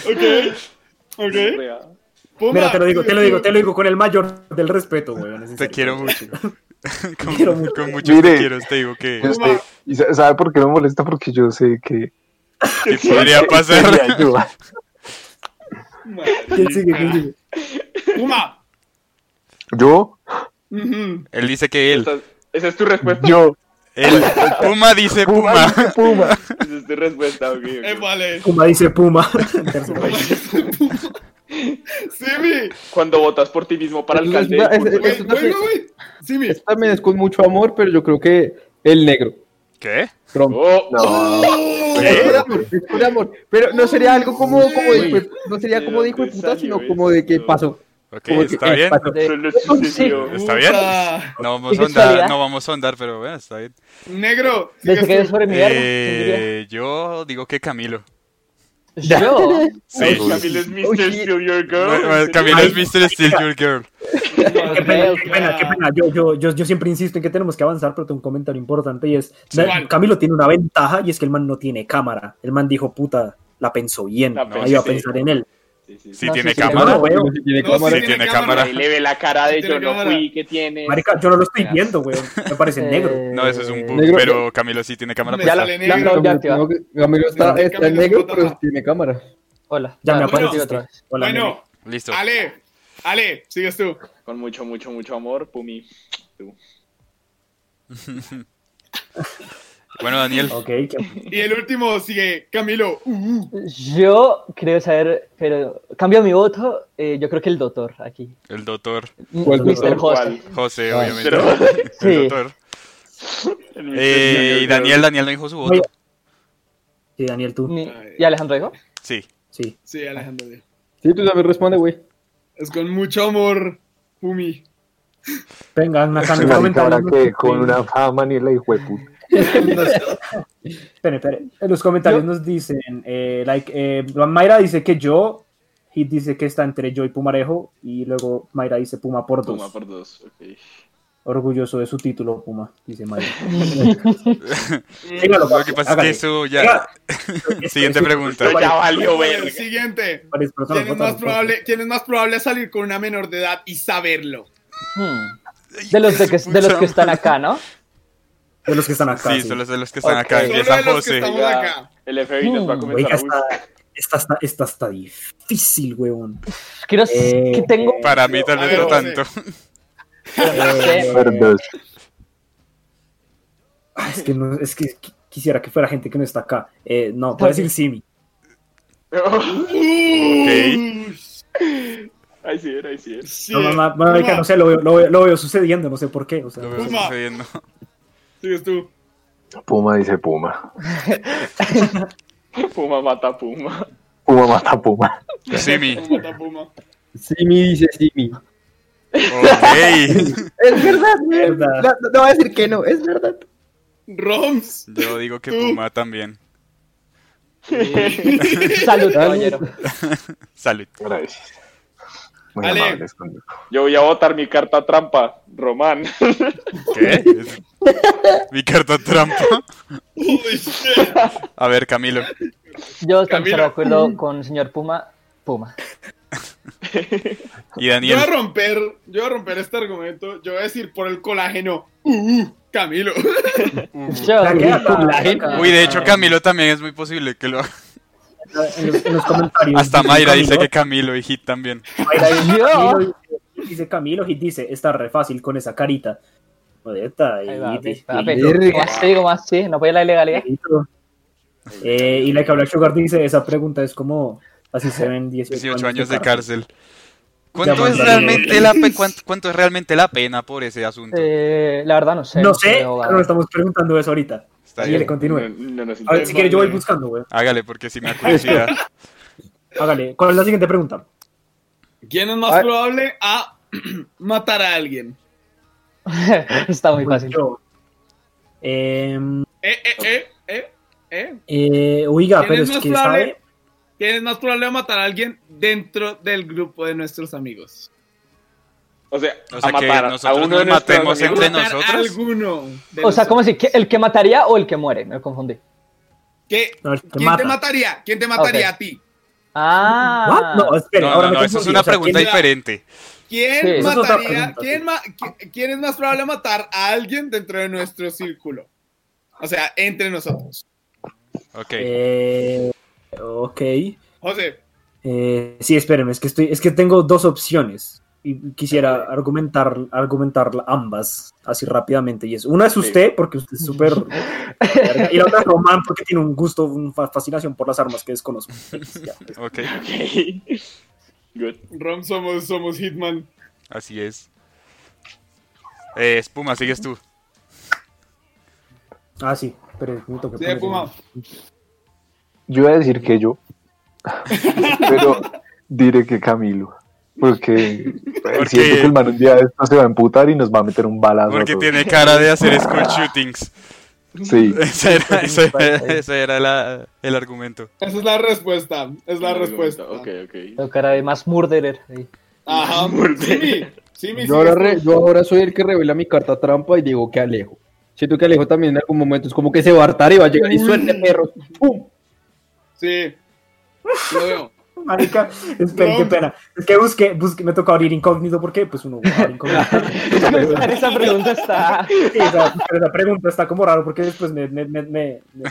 Ok, ok. Puma,
Mira, te lo digo, te lo digo, te lo digo con el mayor del respeto, güey.
Te quiero mucho. Con,
quiero mucho.
con mucho
Mire.
te quiero, te digo que,
Yo sé- Este, ¿Y sa- sabe por qué me molesta? Porque yo sé que.
que podría
que
pasar.
le ayuda.
¿Quién sigue?
Ah.
¿Quién sigue?
Puma.
Yo,
Ujú.
Él dice que él.
Esa- Esa es tu respuesta.
*laughs*
yo.
Él. Puma dice Puma. *laughs*
Puma.
Esa es tu respuesta, ok, ok.
Eh, vale.
Puma dice Puma. *laughs* Tercero.
Simi.
Cuando votas por ti mismo para
Es-
alcalde.
es-
por-
es-
Güey,
una
güey,
fe-
güey. Simi.
esto también es con mucho amor, pero yo creo que el negro.
¿Qué?
Trump.
Oh,
Oh,
Es por amor, es por amor. Pero no sería algo como, como de hijo de- no sería
¿De
como de hijo de
dónde
puta,
salió
sino como de que
eso?
pasó.
Ok,
Como que,
está
eh,
bien.
pasó.
solo
Sí.
sucedió.
¿Está bien?
puta.
No vamos a
¿Qué
andar,
sexualidad?
no vamos a andar, pero bueno, está bien.
Negro.
Desde que
sigues
eres
tú.
sobre mi verga. ¿quién
Eh, yo digo que Camilo. *laughs*
diría? Yo.
Sí.
Camilo es Mr.
Oye.
Steal Your Girl.
Bueno, Camilo
Ay,
es Mr. Steal Your Girl.
*laughs* Qué pena, qué pena, qué pena. Yo, yo, yo, yo siempre insisto en que tenemos que avanzar, pero tengo un comentario importante y es:
Sí, vale.
Camilo tiene una ventaja y es que el man no tiene cámara. El man dijo, puta, la pensó bien.
La
No,
pensé,
iba a
sí.
pensar en él.
Sí, sí, sí.
Si
No,
tiene
sí, sí,
cámara.
No, güey.
Pero si tiene
No,
cámara.
sí
Sí, tiene cámara.
Ahí le ve la cara de yo
Tiene
no
cámara.
fui que tiene.
Marica, yo no lo estoy
Ya.
viendo, güey. Me parece
Eh, *laughs*
negro.
No, eso es un bug,
Negro-
pero Camilo sí tiene cámara.
Me
puesta.
la-
sale
la-
negro.
la-
Camilo, tengo que- Camilo está,
Este
está
Camilo
negro,
está-
pero sí tiene cámara.
Hola.
Ya me
Ah,
apareció
otra vez.
Hola, nene.
Bueno,
Listo.
Ah,
Ale. Ale, sigues tú.
Con mucho, mucho, mucho amor, Pumi. Tú.
Bueno, Daniel.
Ok, qué-
Y el último sigue Camilo. Uh, uh.
Yo creo saber, pero cambio mi voto. eh, yo creo que el doctor aquí.
El doctor
¿Cuál
Mr.
doctor?
José.
José,
Ah,
obviamente.
pero-
El
Sí.
doctor.
El Mr.
Eh,
Steal
y
Your
Daniel,
Girl.
Daniel no dijo su voto.
Oye. Sí, Daniel, tú.
Ni-
Ah,
¿Y Alejandro dijo?
Sí.
Sí.
Sí, Alejandro. sí.
Sí, tú también responde, güey.
Es con mucho amor, Pumi.
Vengan acá en los
Marica, ahora
comentarios.
Pues que con una fama ni la hijo de puta.
Espere, espere. En los comentarios nos dicen, eh, like, eh, Mayra dice que yo, Hit dice que está entre yo y Pumarejo, y luego Mayra dice Puma por dos.
Puma por dos. ok.
Orgulloso de su título, Puma, dice
*laughs*
Mayra.
Lo
Dígalo,
que
papi,
pasa
hágale.
es que eso ya.
Venga.
*laughs* Siguiente
Eso-
pregunta.
Pero ya
Vale.
valió verga.
Siguiente.
Varias personas
¿Quién es,
votaron
más
por
probable, ¿Quién es más probable salir con una menor de edad y saberlo?
Hmm. De los, de, que, de los que están acá, ¿no?
De los que están acá.
Sí,
sí.
solo de los que están
Ok.
acá.
Solo
Empieza
de los que
José.
estamos-
Ya,
acá.
El FBI nos va a
Güey,
comenzar a
esta,
buscar.
esta, está- esta está difícil, weón.
Quiero s-
Eh,
que tengo.
Para mí tal
A
vez
ver,
no
José.
tanto.
Eh,
Por dos.
Ah, Es que, no, es que qui- quisiera que fuera gente que no está acá. Eh, no, puede decir Simi.
Ahí
Ok.
sí, era, *laughs* ahí así es.
Sí,
No, no, no, marica, no sé, lo veo, lo, veo, lo veo sucediendo, no sé por qué. O sea,
Lo veo
Puma.
sucediendo.
sigues tú.
Puma dice Puma.
Puma mata Puma.
Puma mata Puma.
Simi.
Mata Puma.
Simi dice Simi.
Ok.
Es verdad, güey.
Verdad.
No, no voy a decir que no, es verdad.
Roms.
Yo digo que Puma también.
Salud, caballero.
Salud.
Gracias. Muy
Ale.
amables conmigo.
Yo voy a votar mi carta trampa, Román.
¿Qué? Mi carta trampa.
Uy, shit.
A ver, Camilo.
Yo también estoy de
Camilo.
acuerdo con el señor Puma. Puma.
Y
Yo voy a
Daniel.
romper, yo voy a romper este argumento. Yo voy a decir por el colágeno. Uh, uh, Camilo.
Yo,
O sea, Mm. que hasta-
Uy, de hecho, Camilo también es muy posible que lo haga.
en los,
*laughs*
en los comentarios.
Hasta
dice
Mayra
Camilo,
dice que Camilo y Hit también.
Mayra dice
Yo. *laughs*
Camilo, y- dice Camilo y dice, está re fácil con esa carita. Jodeta, y,
Ahí va,
y-
papi.
y-
Más te digo, más sí. No apoya la ilegalidad.
Eh, y la que habla Sugar dice, esa pregunta es como, así se ven 18,
18 años de
cárcel.
cárcel. ¿Cuánto es,
mandaron.
realmente la pe- cuánto, cuánto es realmente la pena por ese asunto?
Eh, la verdad no sé.
No sé,
abogado.
no estamos preguntando eso ahorita.
Está
Y le
bien.
continúe.
No, no nos
A ver, si quiere yo voy
interesa.
buscando, güey.
Hágale, porque
*laughs*
si me da curiosidad.
Hágale. ¿Cuál es la siguiente pregunta?
¿Quién es más
Ay.
probable a *clears throat* matar a alguien?
*laughs* Está muy fácil.
Yo. Eh,
Eh, eh, eh, eh, eh.
eh, oiga,
¿Quién
pero
es
es
más
que
probable?
sabe.
¿Quién es más probable a matar a alguien dentro del grupo de nuestros amigos?
O sea,
O sea,
a
que
matar a
nosotros
uno
nos
de nuestros
matemos
amigos.
entre- ¿De
Matar a
nosotros?
alguno. de
O sea,
nosotros.
¿cómo así? ¿Qué- ¿El que mataría o el que muere? Me confundí.
¿Qué?
No, el que
¿Quién
mata.
te mataría? ¿Quién te mataría
Ok.
a ti?
Ah.
¿What? No, espera,
No, no,
ahora
no,
me
eso es
confundí.
una
O sea,
pregunta
¿quién-
diferente.
Sí.
¿Quién
Esa
es otra
mataría?
pregunta,
¿quién, ma- qui- quién es más probable matar a alguien dentro de nuestro círculo? O sea, entre nosotros.
Ok.
Eh, ok.
José,
Eh, sí, espérenme, es que estoy, es que tengo dos opciones. Y quisiera argumentar, argumentar ambas así rápidamente. Y es una es usted, porque usted es súper. verga, y la otra es Román, porque tiene un gusto, una fascinación por las armas que desconozco. Ya.
Ok,
Ok. *laughs* Good.
Rom, somos, somos Hitman.
así es. Eh, espuma, sigues tú.
Ah, sí, pero necesito que
Sí,
poner-
Puma.
Yo voy a decir que yo. *laughs* Pero diré que Camilo. Porque,
Porque-
siento que el man un día de estos se va a emputar y nos va a meter un
Ah,
balazo. a
Porque
todos.
tiene cara de hacer school shootings.
Sí.
Ese era, ese era- ese era la- el argumento.
Esa es la respuesta. Es la respuesta.
Ok, ok.
Tengo cara de más murderer. ahí.
*laughs* Ajá. Simi.
*laughs*
Simi,
Yo ahora,
sigues
re- yo ahora soy el que revela mi carta trampa y digo que Alejo. Siento que Alejo también en algún momento es como que se va a hartar y va a llegar y suerte perros. ¡Pum!
Sí. Lo veo.
Marica, espera,
No.
qué pena. Es que busqué, busqué, me tocó abrir incógnito porque pues uno abre incógnito.
*laughs* *laughs* Esa pregunta está.
Sí, o sea, pero la pregunta está como raro porque después me, me, me, me, me,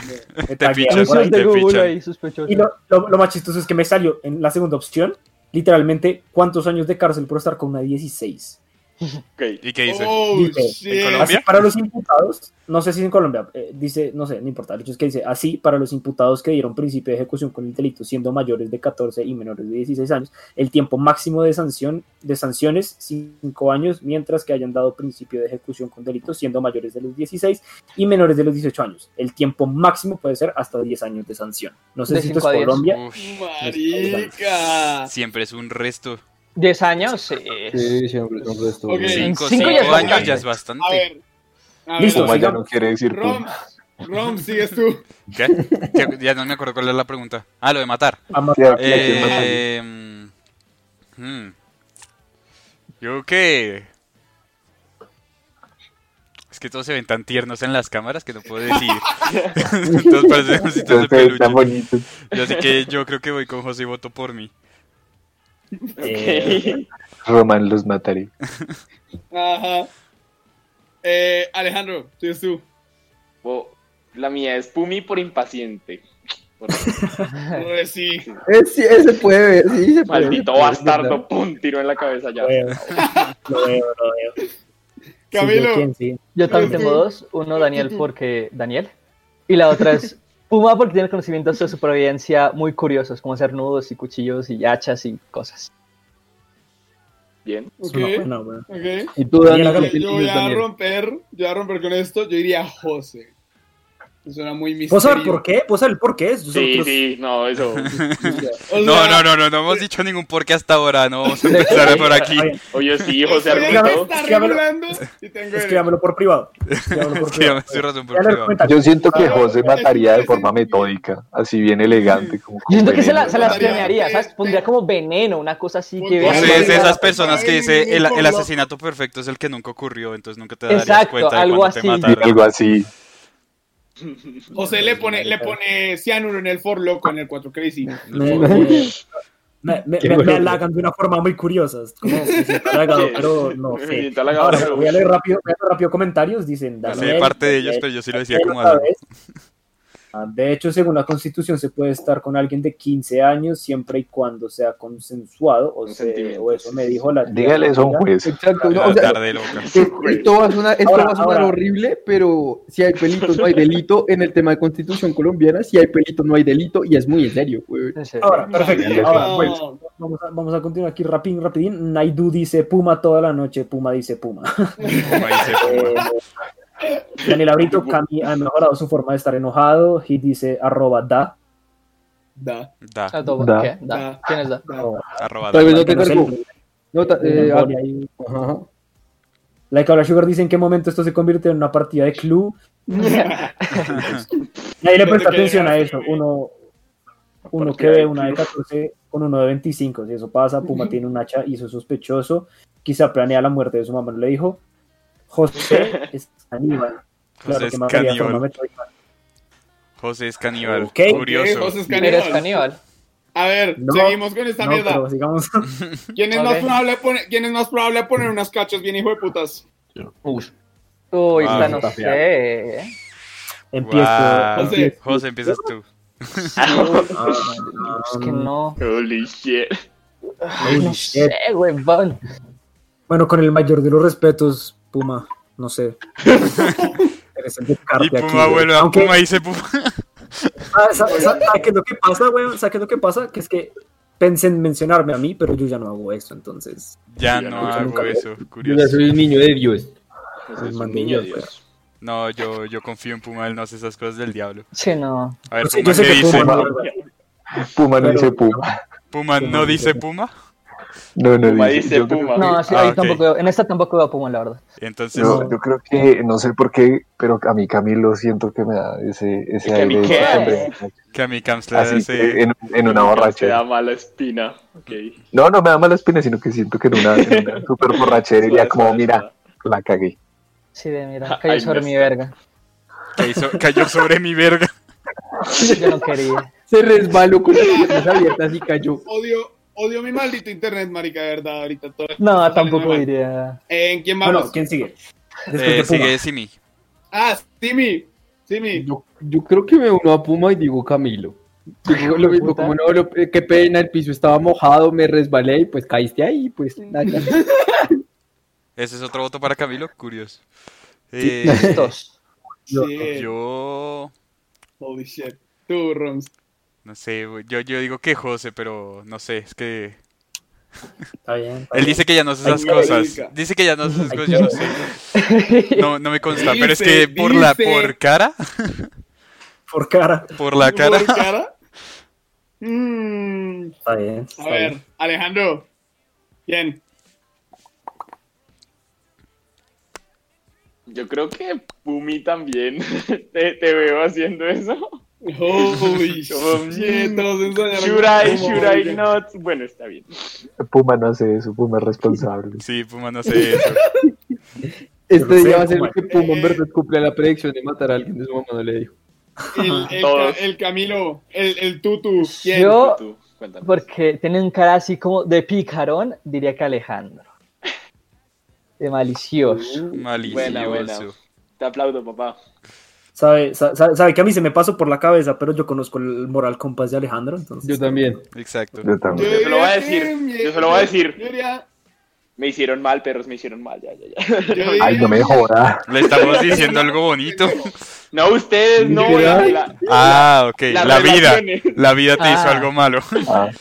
me taguea
fichan,
por ahí.
Anuncios de
te
Google
fichan.
ahí, sospechoso.
Y lo, lo, lo más chistoso es que me salió en la segunda opción, literalmente, ¿cuántos años de cárcel por estar con una 16?
Ok.
¿Y qué dice?
Oh,
Dice,
shit.
¿en
Así
Colombia?
para los imputados, no sé si en Colombia, eh, dice, no sé, no importa, el hecho es que dice, así para los imputados que dieron principio de ejecución con el delito siendo mayores de 14 y menores de 16 años, el tiempo máximo de sanción de sanciones 5 años, mientras que hayan dado principio de ejecución con delito siendo mayores de los 16 y menores de los 18 años. El tiempo máximo puede ser hasta 10 años de sanción. No sé
De
si esto
cinco
es
a diez.
Colombia.
Uf,
Marica.
siempre es un resto.
10 años, sí.
Sí, siempre son restos.
Ok.
güey.
Cinco,
cinco ya es
cinco años
bastante. *laughs*
ya es
A
bastante.
ver. A
*laughs* Listo,
ver.
Puma ya
sigamos.
no quiere decir
Rom,
Puma.
Rom, sigues tú.
¿Qué? Ya- Ya no me acuerdo cuál era la pregunta. Ah, lo de matar.
Mm.
Ama-
Sí, aquí, aquí en Madrid.
Eh, mm, Yo qué. Es que todos se ven tan tiernos en las cámaras que no puedo decir. todos parecen cositas
Entonces,
de
está
peluche.
bonito.
Así que yo creo que voy con José y voto por mí.
eh,
Román los mataré.
Ajá. Eh, Alejandro, sigues tú.
Bo- La mía es Pumi por impaciente. Por-
Pues sí.
Es, sí, ese puede ver, sí, se puede
Maldito
ver, es
bastardo,
verdad.
pum, tiro en la cabeza ya.
lo veo, lo veo, lo veo. Sí, yo
Camilo.
quién, sí.
Yo también tengo dos. Uno, Daniel, porque Daniel. Y la otra es Puma, porque tiene conocimientos de supervivencia muy curiosos, como hacer nudos y cuchillos y hachas y cosas.
Bien.
Es
Ok,
una buena, weón.
ok.
Y tú,
Yo,
Daniel, ¿qué
yo voy
opinas,
a
Daniel?
romper, yo voy a romper con esto, yo diría José. Suena muy
¿Puedo
misterioso.
saber Pues por qué? ¿Puedo saber por qué? Yo solo
Sí,
quiero-
sí, no, eso.
O
No,
sea,
no, no, no, no hemos dicho ningún por qué hasta ahora, no vamos a empezar por aquí. *laughs*
Está bien,
Oye,
*laughs*
sí,
José
José
Dígame.
argumentó.
está
Escríbamelo.
regulando y tengo
Escríbamelo por
*laughs*
privado. Escríbamelo por privado.
Escríbame su razón por
Ya le
privado.
cuenta. Ah,
Yo siento que
Claro,
José
es-
mataría de
es-
forma metódica, así bien elegante. Como
Yo
con
siento que se, la,
veneno.
se las
Pondría-
planearía, ¿sabes? Pondría como veneno, una cosa así que
Pondría-
vea.
José es de esas
Exacto.
personas que
Ay,
dice el,
ningún
el
loco".
asesinato perfecto es el que nunca ocurrió, entonces nunca te darías
Exacto,
cuenta de
algo
cuando te
Sí,
así.
mataron.
algo así.
José le pone, le pone cianuro en el forloco en el 4 Crazy.
Me, me, me, me- me halagan de una forma muy curiosa. es Como, me siento halagado,
Sí.
pero no
Me
sé.
siento halagado,
Ahora,
pero-
voy a
*laughs*
leer rápido, voy a leer rápido comentarios. Dicen,
No sé
Daniel,
de parte de ellos,
Daniel,
pero yo sí lo decía
Pero
como
otra
algo.
vez, ah, De hecho, según la Constitución, se puede estar con alguien de 15 años siempre y cuando sea consensuado, o, se,
Consentimiento,
o eso
sí,
me
sí,
dijo la.
Dígale eso a un juez.
Exacto. no, o
La
sea,
tarde loca.
es- esto va a sonar, esto
Ahora,
va a sonar
ahora.
horrible, pero si hay pelito, no hay delito. En el tema de constitución colombiana, si hay pelito, no hay delito. Y es muy en serio, güey.
En serio.
Ahora, perfecto.
Dígale.
Ahora,
No.
pues, vamos, a, vamos a continuar aquí rapidín, rapidín. Naidu dice Puma toda la noche, Puma dice Puma.
Como ahí se fuma.
Daniel
*laughs*
Abrito, Cami ha mejorado su forma de estar enojado. Y dice arroba da.
Da,
Da,
Ah, toma,
Da.
¿qué? Da.
Da.
¿Quién es da?
da.
arroba.
arroba da.
Tal vez no te
Para que no
cargo.
se-
No, ta- Ah, eh,
una embolia ahí.
ajá, ajá.
Like Habla Sugar dice en qué momento esto se convierte en una partida de club.
*laughs*
*laughs*
Nadie le
No te
presta
quedes
atención a
así,
eso.
güey.
Uno, uno que
partida
ve
de
una de
club.
14 con uno de 25. Si eso pasa, Puma tiene un hacha y eso es sospechoso. Quizá planea la muerte de su mamá, no le dijo.
*laughs*
José es caníbal. Claro
José
que
es
mataría de forma
caníbal.
metódica.
José es caníbal.
Ok.
Ok,
Curioso.
José es
Eres
caníbal.
caníbal.
A ver,
No,
seguimos con esta
No,
mierda.
pero sigamos.
¿Quién es, más
Ok.
probable poner, ¿Quién es más probable poner unas cachas bien hijo de putas?
Ush.
Uy,
Wow.
esta no sé. ¿eh?
*laughs* Empiezo.
Wow.
empiezo.
José, empiezas tú.
Ah,
Es que
Mm.
no.
Holy shit.
holy
No
shit.
sé, güey. bon.
eh, Bueno, con el mayor de los respetos, Puma,
*laughs*
no sé. Eres el de
Y
Carte
Puma,
güey.
bueno,
Aunque,
Puma dice Puma.
ah, sa- sa- ¿sabes qué es lo que pasa, güey? ¿Sabes qué es lo que pasa? Que es que pensé en mencionarme a mí, pero yo ya no hago eso, entonces.
Ya
Yo
no
nunca
hago
lo-
eso.
Yo ya
Curioso.
soy un niño de Dios.
José es
Maldito
un niño pues.
Dios,
Dios.
No, yo, yo confío en Puma, él no hace esas cosas del diablo.
Sí, no.
A ver,
Yo sé,
Puma,
yo sé
¿qué
que
dice?
Puma no,
Puma no
Pero-
dice Puma.
¿Puma no
Puma
dice
dice-
Puma?
No, no
Puma
dice.
dice
Yo creo
Puma.
que-
No, así,
Ah,
ahí
ok.
tampoco veo- en esta tampoco veo a Puma, la verdad.
Entonces,
No, yo creo que, no sé por qué, pero a mí Camilo siento que me da ese, ese
¿Que a mí
aire de
qué?
siempre.
que a mi este, Kamsla
Así que
se...
en, en una
Te da
borrachera.
mala espina. Ok.
No, no me da mala espina, sino que siento que en una, en
*laughs*
una super borrachera
Suave,
iría como,
suave,
mira,
suave.
la cagué.
Sí, de mira,
Ah,
cayó
ahí
sobre
no
mi
está.
verga.
que hizo- cayó sobre mi verga.
Yo no quería.
Se resbaló con las piernas abiertas y cayó.
Odio, odio mi maldito internet, marica, de verdad, ahorita todo.
No,
está saliendo
tampoco
mal.
diría.
Eh, ¿En quién vamos?
Bueno, ¿quién sigue? Después
Eh,
de Puma.
sigue Simi.
Ah, Simi. Simi.
Yo, yo creo que me uno a Puma y digo Camilo.
Digo lo mismo, como no, lo- eh, qué pena, el piso estaba mojado, me resbalé y pues caíste ahí, pues nada.
Ese es otro voto para Camilo, curioso. Eh,
*laughs*
*laughs*
Estos.
Shit.
yo...
Holy shit. Tú, Roms.
No sé, güey, yo, yo digo que José, pero no sé, es que...
Está bien. está
Él
bien.
dice que ya no hace esas
Ay, no,
cosas.
marica.
Dice que ya no hace esas cosas, yo no sé. No, no me consta, pero es que
Dice,
por la...
dice.
por cara,
Por cara.
por la cara...
¿Por
*laughs*
cara? Mm,
Está bien. está
a ver,
bien.
Alejandro. ¿Quién?
Yo creo que Pumi también. *laughs* te, te veo haciendo eso.
Holy
Como,
shit. Todos ensayaron.
Should I,
Como,
should I
oigan.
not? Bueno, está bien.
Puma no hace eso, Puma es responsable.
*laughs* Sí, Puma no sé eso.
Yo
Este
no sé
día va a ser
cómo
el que Puma en verdad cumpla la predicción de matar a alguien de su mamá, no le dijo.
El, el,
*laughs* Todos.
Ca- el Camilo. El, el Tutu. ¿Quién?
Yo,
Tú,
*laughs*
cuéntame.
porque tienen cara así como de picarón, diría que Alejandro. De malicioso.
Buena, buena.
Malicioso.
*laughs* Te aplaudo, papá.
Sabe, sa- sabe, sabe que a mí se me pasó por la cabeza, pero yo conozco el moral compás de Alejandro, entonces.
Yo también.
Exacto.
Yo también.
se lo voy a
diría
decir,
que-
yo se lo voy a decir.
Yo diría,
Me hicieron mal, perros, me hicieron mal. Ya, ya, ya.
yo diría-
Ay, no me joda.
Le estamos diciendo algo *laughs* bonito.
No, ustedes no. La, la-
Ah, ok.
Las
La vida.
relaciones.
La vida te hizo
Ah.
algo malo.
Ah,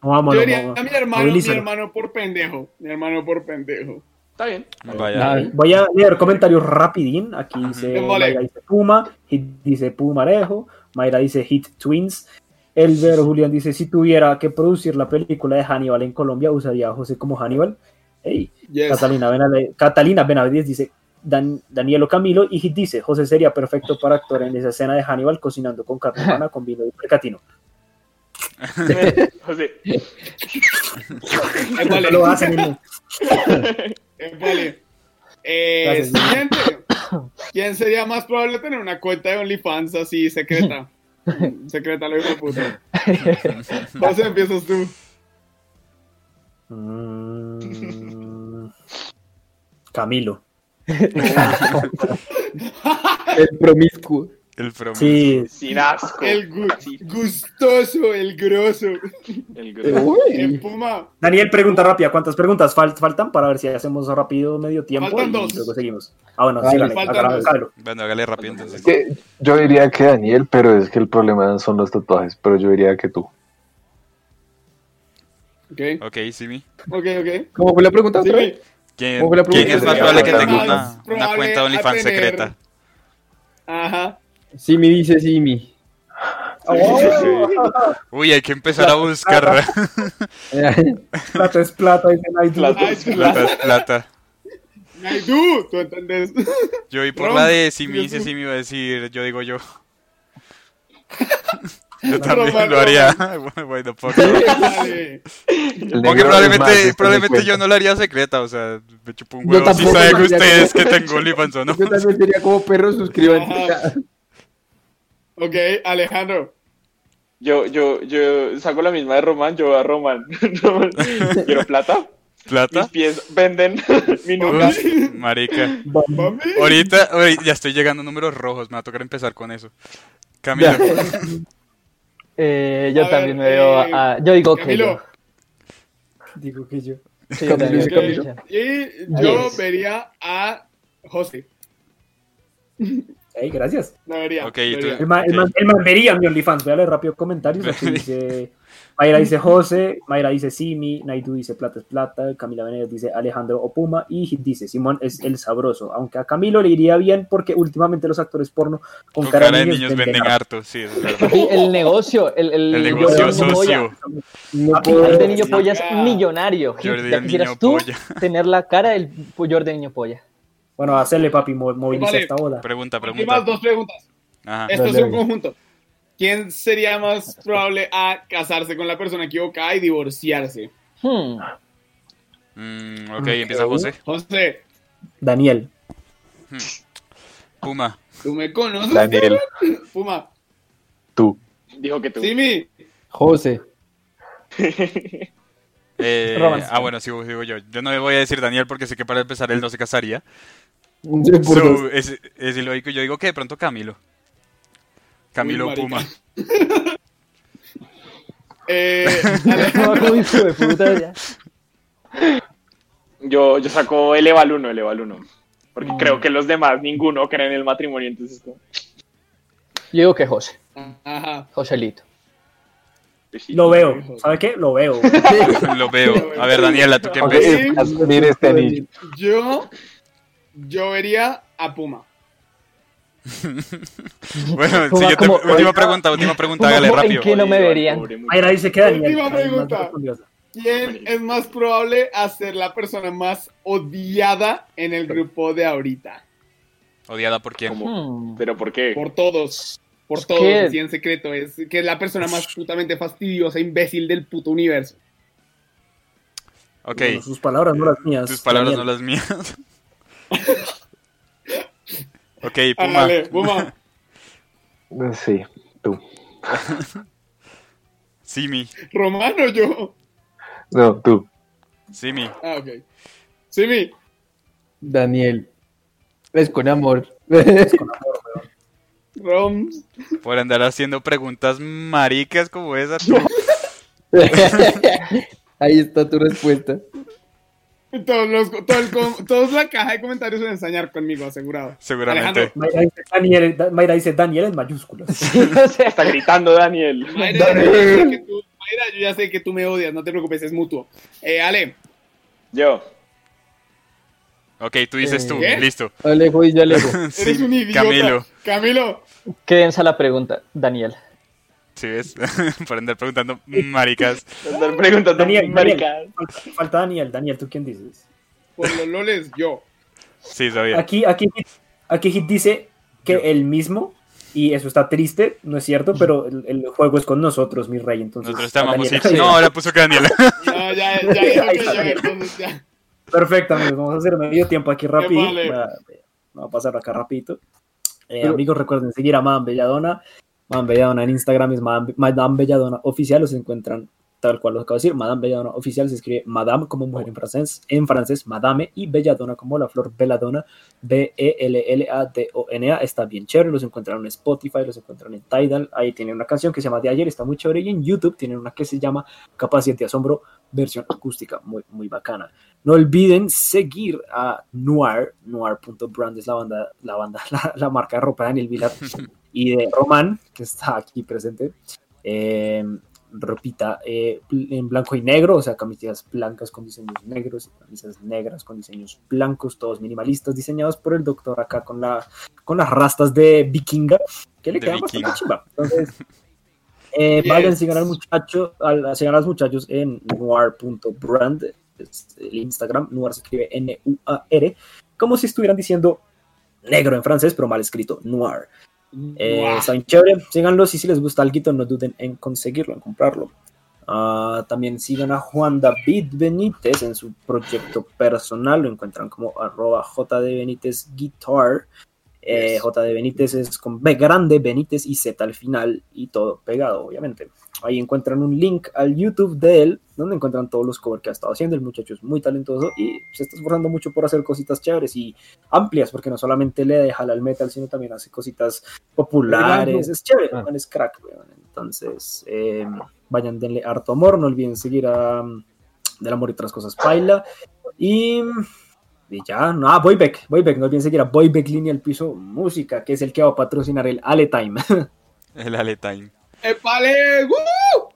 Yo
Vámonos,
diría
vámonos.
a mi hermano, mi
Movilízalo.
hermano por pendejo. Mi hermano por pendejo.
Está bien.
Vaya.
Voy a leer comentarios rapidín. Aquí dice,
Démosle.
Mayra dice Puma, Hit dice Pumarejo, Mayra dice Hit Twins. Elber Julián dice, si tuviera que producir la película de Hannibal en Colombia, usaría a José como Hannibal. Ey,
Yes.
Catalina, Benavide- Catalina Benavides dice, Dan- Danielo Camilo y Hit dice, José sería perfecto para actuar en esa escena de Hannibal cocinando con carne humana, con vino y percatino.
José,
Épale,
Lo hacen en-
épale. Eh,
Gracias,
siguiente. ¿Quién sería más probable tener una cuenta de OnlyFans así
*laughs*
secreta? Mm, secreta, lo digo puta. Uh. José, empiezas tú.
Mm. Camilo.
El promiscuo.
El promo.
Sí,
sin asco.
El gu-
Sí,
gustoso, el grosso.
el grupo.
El
Uy.
puma.
Daniel, pregunta rápida. ¿cuántas preguntas fal- faltan para ver si hacemos rápido medio tiempo?
Faltan
y
dos.
Luego seguimos. Ah, bueno,
Vale,
sí, dale,
faltan
hágalo,
dos.
hágalo.
Bueno, hágale rápido entonces.
Que yo diría que Daniel, pero es que el problema son los tatuajes, pero yo diría que tú.
Ok,
Ok, Simi.
ok, ok.
¿Cómo fue la pregunta otra
Dime.
vez?
¿Quién,
¿Cómo fue la
quién
pregunta?
es más probable que
Más
tenga una, una
probable
cuenta de OnlyFans
a tener-
secreta?
Ajá.
Simi dice Simi.
Oh.
Uy, hay que empezar a buscar. *laughs*
Plata es plata, dice Naidu.
Plata.
Ay, sí,
plata es plata.
tú, tú
*laughs*
entendés.
Yo vi por
Ron,
la de Simi, dice
Dios mío.
Simi, iba a decir, yo digo yo. Yo también
Roman,
lo haría. *laughs* Bueno, porque,
Vale.
El negro
porque
es más este
probablemente,
de
probablemente yo
cuenta.
no la haría secreta, o sea, me chupo un
Yo
huevo si
tampoco
saben
la haría
ustedes que
secreta.
tengo OnlyFans o no.
Yo también sería como perro Ah, suscribante.
Ajá. Ok, Alejandro.
Yo, yo, yo saco la misma de Román, yo a Román. Román, Quiero plata. Mis
¿Plata?
pies venden. Mi nuca.
Uy, marica.
Mami.
Ahorita, ahorita ya estoy llegando a números rojos, me va a tocar empezar con eso. Camilo,
*laughs* Eh, yo
A
también
ver,
me veo
eh,
a... Yo digo que
Camilo.
yo.
Digo que yo.
Sí, yo también
dice
digo que
Camilo.
yo.
Y yo
Yes.
vería a José.
Ey, gracias.
La vería.
Ok,
la
y tú-
vería.
El man, el man- el man vería mi OnlyFans. Voy a leer rápido comentarios. Aquí dice, Mayra dice José, Mayra dice Simi, Naidu dice Plata es Plata, Camila Venegas dice Alejandro Opuma y Hit dice Simón es el sabroso. Aunque a Camilo le iría bien porque últimamente los actores porno con,
con cara de niños
venden
venden
harto.
harto, sí, eso es verdad.
Sí, el negocio, el, el,
El negocio
Jordi Niño Polla.
socio.
No
Papi, Jordi Niño
Sí,
Polla es
ya.
millonario.
Jordi
Ya
el
quisieras
Niño
tú
Polla. *laughs*
tener la cara del Jordi Niño Polla.
Bueno, hacerle papi, mo- moviliza
Vale.
esta boda.
Pregunta,
Últimas
pregunta. Ah,
dos preguntas.
Ajá.
Esto es
Dale,
un
dale.
conjunto. ¿Quién sería
*laughs*
más probable a casarse con la persona equivocada y divorciarse?
Hmm.
Mm, ok, empieza José.
José,
Daniel.
Puma.
tú me conoces.
Daniel,
*laughs* Puma.
tú.
Dijo que tú.
Simi.
José.
Eh,
Roman.
ah, bueno, sigo, sigo yo. Yo no le voy a decir Daniel porque sé que para empezar él no se casaría.
Un cien por dos.
So, es, es ilógico. Yo digo que de pronto Camilo. Camilo
marica.
Puma. *laughs*
Eh, Ale-
Como *laughs* hijo de puta, ya.
Yo, yo saco el Eval 1, el Eval 1. Porque creo que los demás, ninguno cree en el matrimonio. Entonces, como,
Yo digo que José,
Ajá.
Joselito.
"Pues
Lo veo. ¿Sabe qué? Lo veo.
Lo veo. A ver, Daniela, ¿tú qué
Ok,
ves?
Sí.
vas a venir este anillo.
Yo, yo vería a Puma.
Bueno,
Puma,
siguiente-
como-
última pregunta, última pregunta, hágale
Puma, ¿en
rápido.
qué no me
Jodido al
verían?
pobre muchacho.
Mayra dice que Daniel.
Última
Además,
pregunta.
no respondiosa.
¿Quién es más probable a ser la persona más odiada en el grupo de ahorita?
Odiada por quién.
Como,
Hmm.
¿Pero por qué?
Por todos. Por
Es
todos,
que-
así en secreto. Es que es la persona más putamente fastidiosa, imbécil del puto universo.
Ok,
Bueno, sus palabras, no las mías.
tus palabras no
Daniel.
las mías. *laughs* Ok, Puma.
Ándale, Puma.
Sí, tú.
Simi.
Romano yo.
No, tú.
Simi.
Ah, ok. Simi.
Daniel. Es con amor. *laughs*
Roms.
Por andar haciendo preguntas maricas como esa. tú.
*laughs* Ahí está tu respuesta.
Todos los, todo el com- todos la caja de comentarios van a ensañar conmigo, asegurado.
Seguramente.
Mayra dice Daniel, Da- Mayra dice Daniel en mayúsculas.
Sí, o sea,
Está gritando Daniel.
Alejandro, Mayra, yo diría que tú- Mayra, yo ya sé que tú me odias, no te preocupes, es mutuo. Eh, Ale,
Yo.
Ok, tú dices tú,
¿Qué?
listo. *laughs*
Alejo y
*laughs*
Alejo.
Sí,
¿Eh? eres un idiota.
Camilo,
Camilo.
Qué densa la pregunta, Daniel.
¿sí ves? *laughs* Por andar preguntando maricas.
Estar preguntando
Daniel,
maricadas.
Daniel, falta, falta Daniel, Daniel, ¿tú quién dices?
Por los loles, yo.
Sí, sabía.
Aquí, aquí, aquí Hit dice que el mismo, y eso está triste, no es cierto, pero el, el juego es con nosotros, mi rey. Entonces,
Nosotros te
a
amamos.
Daniel.
sí. No, ahora puso que Daniela. *laughs*
No, ya, ya, ya, ya, ya, entonces ya.
Perfecto, amigos. Vamos a hacer medio tiempo aquí rápido.
vale.
Va- Vamos a pasar acá rapidito. Eh, amigos, recuerden seguir a Madame Belladona. Madame Belladona en Instagram es Madame, Madame Belladona Oficial. Los encuentran tal cual los acabo de decir. Madame Belladona Oficial se escribe Madame como mujer en francés, en francés Madame y Belladona como la flor Belladona. E B-E-L-L-A-D-O-N-A. Está bien chévere. Los encuentran en Spotify, los encuentran en Tidal. Ahí tienen una canción que se llama De Ayer, está muy chévere. Y en YouTube tienen una que se llama Capacidad de Asombro, versión acústica, muy, muy bacana. No olviden seguir a Noir, noir.brand es la banda, la banda, *laughs* la, la marca de ropa de
*laughs*
Daniel Vilar y de Román, que está aquí presente. Eh, ropita eh, bl- en blanco y negro, o sea, camisetas blancas con diseños negros, y camisas negras con diseños blancos, todos minimalistas, diseñados por el doctor acá con, la, con las rastas de vikinga, que le
De
quedan bastante
vikinga.
chimba. Entonces, eh,
Yes.
vayan, sigan al muchacho, al, sigan a los muchachos en noir.brand, es el Instagram, noir se escribe N-U-A-R, como si estuvieran diciendo negro en francés, pero mal escrito, noir. Eh,
Buah.
está bien chévere, síganlos y si les gusta algo, no duden en conseguirlo, en comprarlo. Ah, también sigan a Juan David Benítez en su proyecto personal, lo encuentran como arroba JD Benítez Guitar. Eh,
Yes.
JD Benítez es con B grande, Benítez y Z al final y todo pegado, obviamente. Ahí encuentran un link al YouTube de él, donde encuentran todos los covers que ha estado haciendo. El muchacho es muy talentoso y se está esforzando mucho por hacer cositas chéveres y amplias, porque no solamente le deja al metal, sino también hace cositas populares.
Bailando.
Es chévere,
Ah.
man, es crack, weón. Entonces, eh, vayan, denle harto amor. No olviden seguir a mm, Del Amor y otras cosas, Paila. Y, mm, y ya, no, ah, Boybeck, Boybeck, no olviden seguir a Boybeck Línea al Piso Música, que es el que va a patrocinar el Ale Time.
El Ale Time.
¡Epale! ¡Uh!